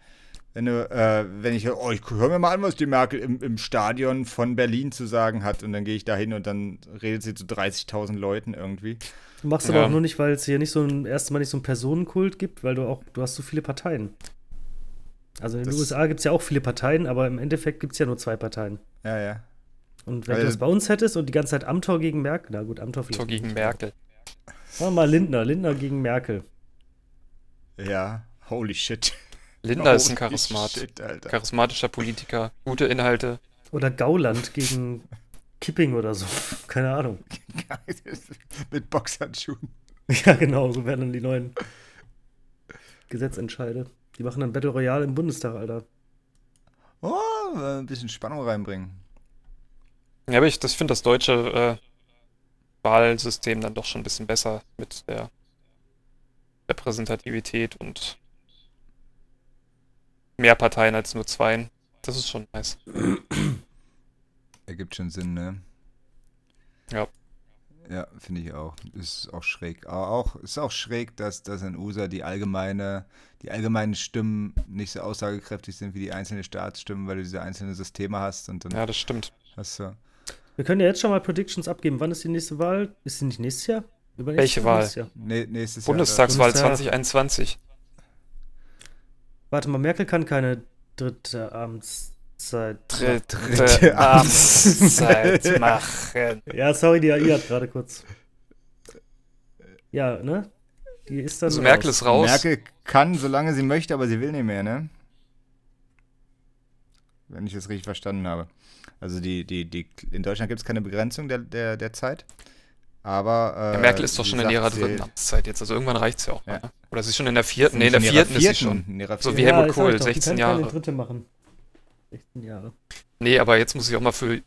S1: Wenn, du, äh, wenn ich, oh, ich höre mir mal an, was die Merkel im, im Stadion von Berlin zu sagen hat und dann gehe ich da hin und dann redet sie zu 30.000 Leuten irgendwie.
S2: Du machst aber
S3: Ja.
S2: auch nur nicht, weil es hier nicht so ein erstes Mal nicht so einen Personenkult gibt, weil du auch, du hast so viele Parteien. Also in den
S1: Das-
S2: USA gibt es ja auch viele Parteien, aber im Endeffekt gibt es ja nur zwei Parteien.
S1: Ja, ja.
S2: Und wenn
S1: Weil-
S2: du das bei uns hättest und die ganze Zeit Amtor gegen Merkel, na gut, Amtor vielleicht.
S3: So gegen
S2: nicht.
S3: Merkel.
S2: Sagen wir mal Lindner, Lindner gegen Merkel.
S1: Ja, holy shit.
S3: Linda ist ein
S1: Holy
S3: Charismat.
S1: Shit, Alter.
S3: Charismatischer Politiker, gute Inhalte.
S2: Oder Gauland gegen Kipping oder so. Keine Ahnung.
S1: Mit Boxhandschuhen.
S2: Ja, genau, so werden dann die neuen Gesetzentscheide. Die machen dann Battle Royale im Bundestag, Alter.
S1: Oh, äh, ein bisschen Spannung reinbringen.
S3: Ja, aber ich das finde das deutsche äh, Wahlsystem dann doch schon ein bisschen besser mit der Repräsentativität und mehr Parteien als nur zweien. Das ist schon nice.
S1: Ergibt schon Sinn, ne?
S3: Ja.
S1: Ja, finde ich auch. Ist auch schräg. Aber auch, ist auch schräg, dass, dass in USA die allgemeine, die allgemeinen Stimmen nicht so aussagekräftig sind wie die einzelnen Staatsstimmen, weil du diese einzelnen Systeme hast und dann
S3: Ja, das stimmt.
S1: hast du.
S2: Wir können ja jetzt schon mal Predictions abgeben. Wann ist die nächste Wahl? Ist sie nicht nächstes Jahr? Übernächstes
S3: Welche
S2: Jahr?
S3: Wahl?
S2: Nächstes Jahr.
S1: Nee, nächstes
S3: Bundestagswahl
S2: Bundestag.
S3: 2021.
S2: Warte mal, Merkel kann keine dritte Amtszeit.
S3: Dritte,
S1: Dritte Amtszeit
S3: Amtszeit machen.
S2: Ja, sorry, die AI hat gerade kurz. Ja, ne? Die ist dann.
S3: Also Merkel
S2: raus.
S3: ist
S1: Jahr.
S3: raus.
S1: Merkel kann, solange sie möchte, aber sie will nicht mehr, ne? Wenn ich das richtig verstanden habe. Also die, die, die, in Deutschland gibt es keine Begrenzung der, der, der Zeit. Aber. Äh,
S3: Ja, Merkel ist doch
S1: sie
S3: schon in
S1: sagt,
S3: ihrer
S1: sie-
S3: dritten Amtszeit jetzt. Also irgendwann reicht es ja auch mal.
S1: Ja.
S3: ne? Oder sie ist schon in der vierten. Nee, in
S1: sind
S3: der
S1: schon ihrer
S3: vierten, ist sie schon.
S1: In ihrer
S3: So
S1: vierten.
S3: wie
S2: ja,
S3: Helmut
S2: das sag ich doch,
S3: Kohl,
S2: die
S3: 16
S2: kann keine
S3: Jahre.
S2: dritte machen. 16 Jahre.
S3: Nee, aber jetzt muss ich auch mal für,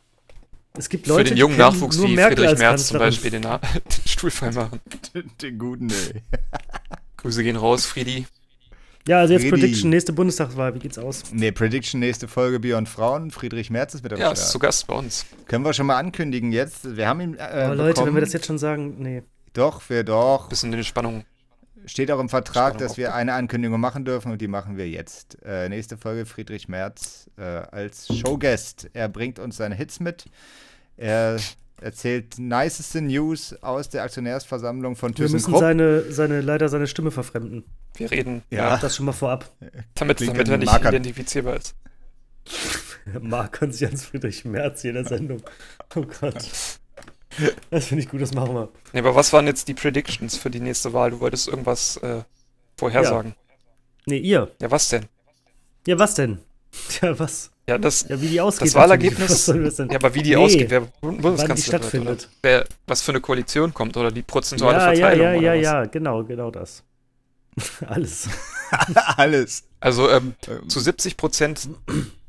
S2: Es gibt Leute,
S3: für den
S2: die
S3: jungen
S2: kennen
S3: Nachwuchs
S2: nur
S3: wie
S2: Merkel
S3: Friedrich
S2: als
S3: Merz zum
S2: Kanzlerin.
S3: Beispiel den, Na- den Stuhlfall machen.
S1: Den guten, ey.
S3: Grüße gehen raus, Friedi.
S2: Ja, also jetzt
S1: Redi.
S2: Prediction, nächste Bundestagswahl, wie geht's aus?
S1: Nee, Prediction, nächste Folge Beyond Frauen. Friedrich Merz ist mit am
S3: Ja, ist zu
S1: Start.
S3: Gast bei uns.
S1: Können wir schon mal ankündigen jetzt. Wir haben ihn. Äh,
S2: Aber Leute, wenn
S1: bekommen.
S2: wir das jetzt schon sagen, nee.
S1: Doch, wir doch.
S3: Bisschen in Spannung.
S1: Steht auch im Vertrag,
S3: Spannung
S1: dass wir eine Ankündigung machen dürfen und die machen wir jetzt. Äh, nächste Folge Friedrich Merz äh, als Showguest. Er bringt uns seine Hits mit. Er erzählt niceste News aus der Aktionärsversammlung von
S2: Wir müssen
S1: ThyssenKrupp.
S2: seine, seine, leider seine Stimme verfremden.
S3: Wir reden,
S1: Ja,
S2: Das schon mal vorab.
S3: damit,
S1: Klingt
S3: damit
S1: an
S3: er nicht
S1: Markern.
S3: identifizierbar ist.
S2: Marc kann sich ans Friedrich Merz hier in der Sendung. Oh Gott. Das finde ich gut, das machen wir.
S3: Nee, aber was waren jetzt die Predictions für die nächste Wahl? Du wolltest irgendwas äh, vorhersagen.
S2: Nee, ihr.
S3: Ja. was denn?
S2: Ja, was denn? Ja, was?
S3: Ja, das.
S2: Ja, wie die ausgeht.
S3: Das Wahlergebnis-
S2: natürlich. Was sollen wir denn?
S3: Ja, aber wie die
S2: Nee,
S3: ausgeht, wer
S2: Wann die
S3: Bundeskanzler wird, oder
S2: stattfindet.
S3: wer, was für eine Koalition kommt oder die prozentuale
S2: Ja, ja,
S3: Verteilung
S2: ja, ja,
S3: oder was.
S2: ja, genau, genau das. Alles.
S1: alles.
S3: Also ähm,
S1: Ähm,
S3: zu 70 Prozent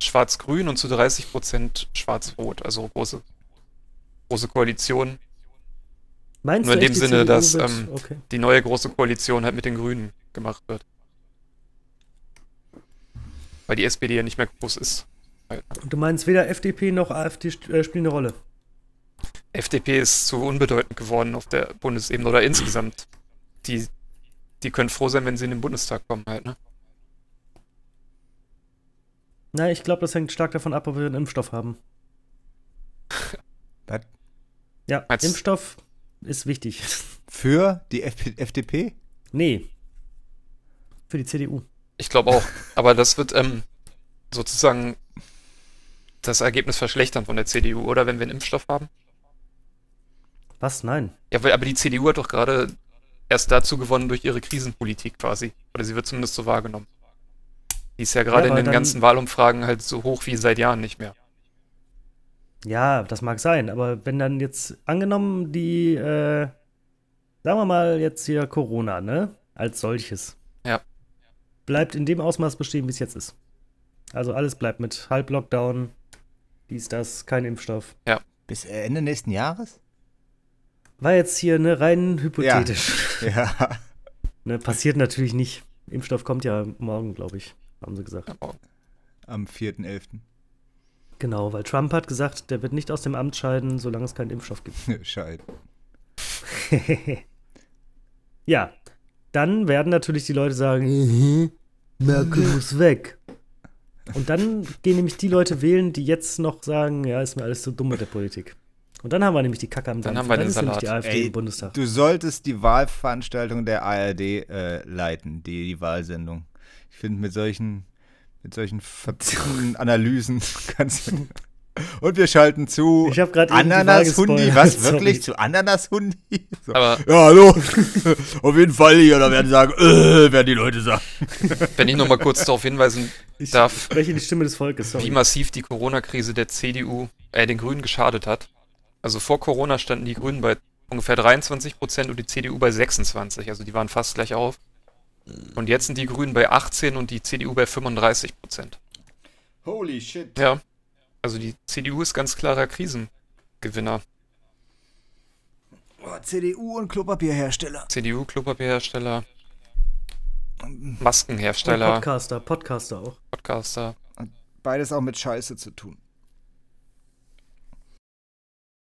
S3: schwarz-grün und zu 30 Prozent schwarz-rot. Also große, große Koalition.
S2: Meinst
S3: Nur
S2: du
S3: in dem
S2: echt, die
S3: Sinne,
S2: CDU
S3: dass,
S2: wird-
S3: ähm,
S2: okay.
S3: Die neue große Koalition halt mit den Grünen gemacht wird. Weil die SPD ja nicht mehr groß ist.
S2: Du meinst weder FDP noch AfD st- äh, spielen eine Rolle.
S3: FDP ist zu unbedeutend geworden auf der Bundesebene oder insgesamt. Die, die können froh sein, wenn sie in den Bundestag kommen halt, ne?
S2: Na, ich glaube, das hängt stark davon ab, ob wir einen Impfstoff haben.
S1: Was?
S2: Ja,
S3: Meinst-
S2: Impfstoff ist wichtig.
S1: Für die FP FDP?
S2: nee. Für die CDU.
S3: Ich glaube auch. Aber das wird ähm, sozusagen das Ergebnis verschlechtern von der CDU, oder wenn wir einen Impfstoff haben?
S2: Was? Nein.
S3: Ja, weil, aber die CDU hat doch gerade erst dazu gewonnen durch ihre Krisenpolitik quasi. Oder sie wird zumindest so wahrgenommen. Die ist ja
S2: Ja,
S3: gerade in
S2: aber
S3: den
S2: dann-
S3: ganzen Wahlumfragen halt so hoch wie seit Jahren nicht mehr.
S2: Ja, das mag sein, aber wenn dann jetzt angenommen die, äh, sagen wir mal jetzt hier Corona, ne, als solches,
S3: Ja.
S2: bleibt in dem Ausmaß bestehen, wie es jetzt ist. Also alles bleibt mit Halblockdown, dies, das, kein Impfstoff.
S1: Bis Ende nächsten Jahres?
S2: War jetzt hier, ne, rein hypothetisch.
S1: Ja.
S2: Ne, passiert natürlich nicht. Impfstoff kommt ja morgen, glaube ich, haben sie gesagt.
S3: Aber
S1: Am 4.11.
S2: Genau, weil Trump hat gesagt, der wird nicht aus dem Amt scheiden, solange es keinen Impfstoff gibt.
S1: Scheiße.
S2: ja, dann werden natürlich die Leute sagen, "Mhm, Merkel muss weg. Und dann gehen nämlich die Leute wählen, die jetzt noch sagen, ja, ist mir alles so dumm mit der Politik. Und dann haben wir nämlich die Kacke am
S3: Dann
S2: Dampf.
S3: haben wir
S2: Und
S3: den
S2: ist nämlich die
S3: Salat.
S2: AfD im Bundestag.
S1: Du solltest die Wahlveranstaltung der ARD äh, leiten, die, die Wahlsendung. Ich finde, mit solchen, mit solchen verzerrten Analysen kannst du. Und wir schalten zu
S2: Ich hab grad eben die Wahl
S1: Ananas-Hundi.
S2: gespoilert,
S1: Was,
S2: sorry.
S1: wirklich? Zu Ananas-Hundi? So.
S3: Aber-
S1: ja, hallo. Auf jeden Fall hier. Da werden die sagen, äh, werden die Leute sagen.
S3: wenn ich nochmal kurz darauf hinweisen darf,
S2: Welche die Stimme des Volkes,
S3: wie
S2: sorry.
S3: massiv die Corona-Krise der CDU, äh, den Grünen geschadet hat. Also vor Corona standen die Grünen bei ungefähr 23 Prozent und die CDU bei 26. Also die waren fast gleich auf. Und jetzt sind die Grünen bei 18 und die CDU bei 35 Prozent.
S1: Holy shit.
S3: Ja. Also die CDU ist ganz klarer Krisengewinner.
S1: Oh, CDU und Klopapierhersteller.
S3: CDU, Klopapierhersteller,
S1: Ähm,
S3: Maskenhersteller,
S2: Podcaster, Podcaster auch.
S3: Podcaster.
S1: Beides auch mit Scheiße zu tun.